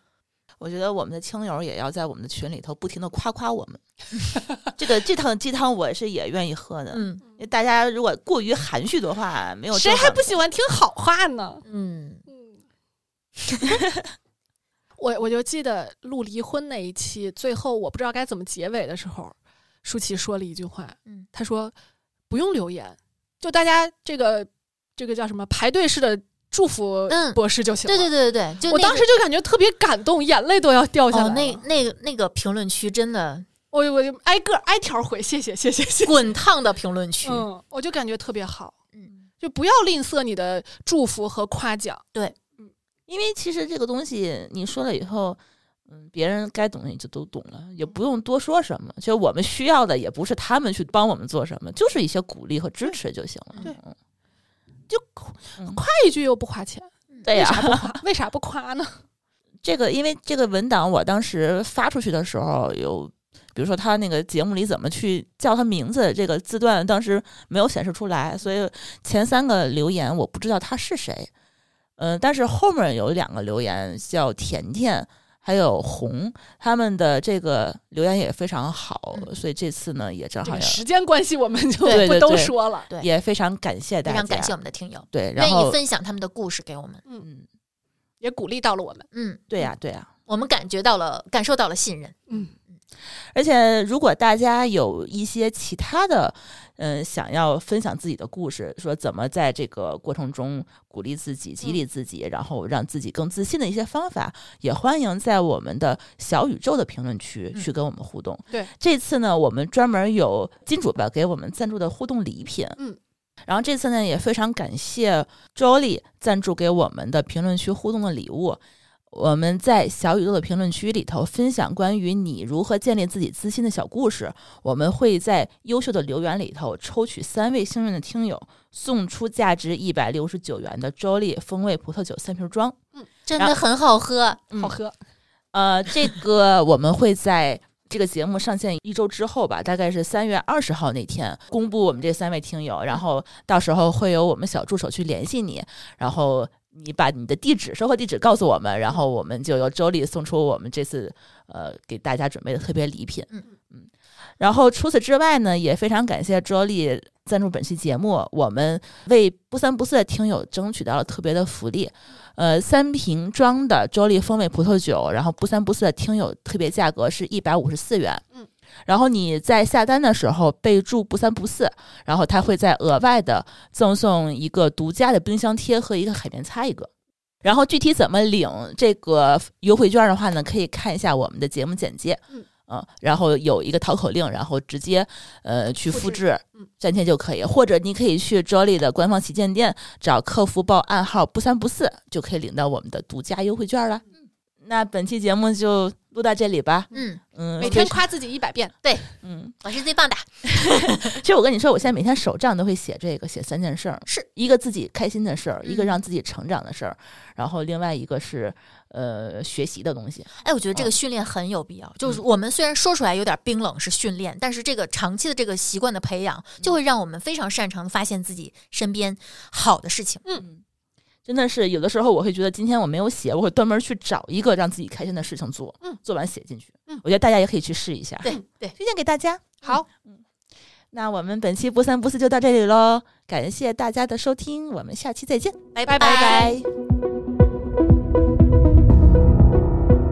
S2: 我觉得我们的亲友也要在我们的群里头不停的夸夸我们。这个这趟鸡汤我是也愿意喝的，
S4: 嗯
S2: 因为大家如果过于含蓄的话，没有
S3: 谁
S2: 正
S3: 还
S2: 反
S3: 不喜欢听好话呢？
S4: 嗯，
S3: 嗯，我我就记得录离婚那一期，最后我不知道该怎么结尾的时候，舒淇说了一句话，
S4: 嗯，
S3: 她说不用留言，就大家这个这个叫什么排队式的祝福
S4: 嗯
S3: 博士就行了。
S4: 对对对对对，就
S3: 我
S4: 那
S3: 当
S4: 个
S3: 时就感觉特别感动，眼泪都要掉下来了。
S4: 哦，那那个那个评论区真的
S3: 我就我就挨个挨条回，谢谢谢谢谢谢。
S4: 滚烫的评论区，
S3: 嗯，我就感觉特别好，
S4: 嗯
S3: 就不要吝啬你的祝福和夸奖。
S2: 因为其实这个东西你说了以后，嗯，别人该懂的也就都懂了，也不用多说什么。就我们需要的也不是他们去帮我们做什么，就是一些鼓励和支持就行了。
S3: 对
S2: 嗯，
S3: 就
S2: 嗯
S3: 夸一句又不花钱，
S2: 对呀、
S3: 为啥不 夸呢？
S2: 这个因为这个文档我当时发出去的时候有。比如说他那个节目里怎么去叫他名字，这个字段当时没有显示出来，所以前三个留言我不知道他是谁。嗯、但是后面有两个留言叫甜甜还有红，他们的这个留言也非常好，
S4: 嗯
S2: 所以这次呢也正
S3: 这
S2: 好
S3: 个
S2: 也
S3: 时间关系，我们就
S2: 对
S3: 不
S2: 对
S3: 都
S2: 对
S3: 说了。
S4: 对
S2: 也非常感谢大
S4: 非
S2: 家，
S4: 常感谢我们的听友，
S2: 对，然
S4: 愿意
S2: 后
S4: 分享他们的故事给我们。
S2: 嗯，
S3: 也鼓励到了我们。
S4: 嗯，
S2: 对呀、对呀、
S4: 我们感觉到了，感受到了信任。
S3: 嗯，
S2: 而且，如果大家有一些其他的，嗯，想要分享自己的故事，说怎么在这个过程中鼓励自己、激
S3: 嗯
S2: 励自己，然后让自己更自信的一些方法，也欢迎在我们的小宇宙的评论区
S4: 嗯
S2: 去跟我们互动。
S3: 对，
S2: 这次呢，我们专门有金主吧给我们赞助的互动礼品，
S3: 嗯。
S2: 然后这次呢，也非常感谢 Jolly 赞助给我们的评论区互动的礼物，我们在小宇宙的评论区里头分享关于你如何建立自己自信的小故事，我们会在优秀的留言里头抽取三位幸运的听友，送出价值一百六十九元的周丽风味葡萄酒三瓶装。
S4: 真的很好喝，
S2: 嗯
S3: 好喝。
S2: 呃，这个我们会在这个节目上线一周之后吧，大概是三月二十号那天公布我们这三位听友，然后到时候会有我们小助手去联系你，然后你把你的地址、收货地址告诉我们，然后我们就由周丽送出我们这次呃给大家准备的特别礼品。
S4: 嗯
S2: 嗯，然后除此之外呢，也非常感谢周丽。赞助本期节目，我们为不三不四的听友争取到了特别的福利，呃，三瓶装的周丽风味葡萄酒，然后不三不四的听友特别价格是一百五十四元。
S3: 嗯，
S2: 然后你在下单的时候备注“不三不四”，然后他会再额外的赠送一个独家的冰箱贴和一个海绵擦一个。然后具体怎么领这个优惠券的话呢，可以看一下我们的节目简介。
S3: 嗯
S2: 嗯，然后有一个淘口令，然后直接呃去复
S3: 复制
S2: 制
S3: 嗯
S2: 粘贴就可以，或者你可以去 Jolly 的官方旗舰店找客服报暗号“不三不四”，就可以领到我们的独家优惠券了。
S3: 嗯
S2: 那本期节目就录到这里吧。
S4: 嗯，
S2: 嗯，
S3: 每天
S2: 非常
S3: 夸自己一百遍，
S2: 嗯，
S4: 我是最棒的。
S2: 其实我跟你说，我现在每天手账都会写这个，写三件事儿，
S4: 是
S2: 一个自己开心的事儿，
S4: 嗯
S2: 一个让自己成长的事儿，然后另外一个是呃学习的东西。
S4: 哎，我觉得这个训练很有必要。就是我们虽然说出来有点冰冷是训练，但是这个长期的这个习惯的培养，就会让我们非常擅长的发现自己身边好的事情。
S2: 真的是有的时候我会觉得今天我没有写，我会专门去找一个让自己开心的事情做，
S3: 嗯
S2: 做完写进去。
S3: 嗯
S2: 我觉得大家也可以去试一下，
S4: 对对，
S2: 推荐给大家。
S3: 好，
S2: 那我们本期不三不四就到这里喽，
S4: 嗯
S2: 感谢大家的收听，我们下期再见，
S4: 拜
S3: 拜
S2: 拜拜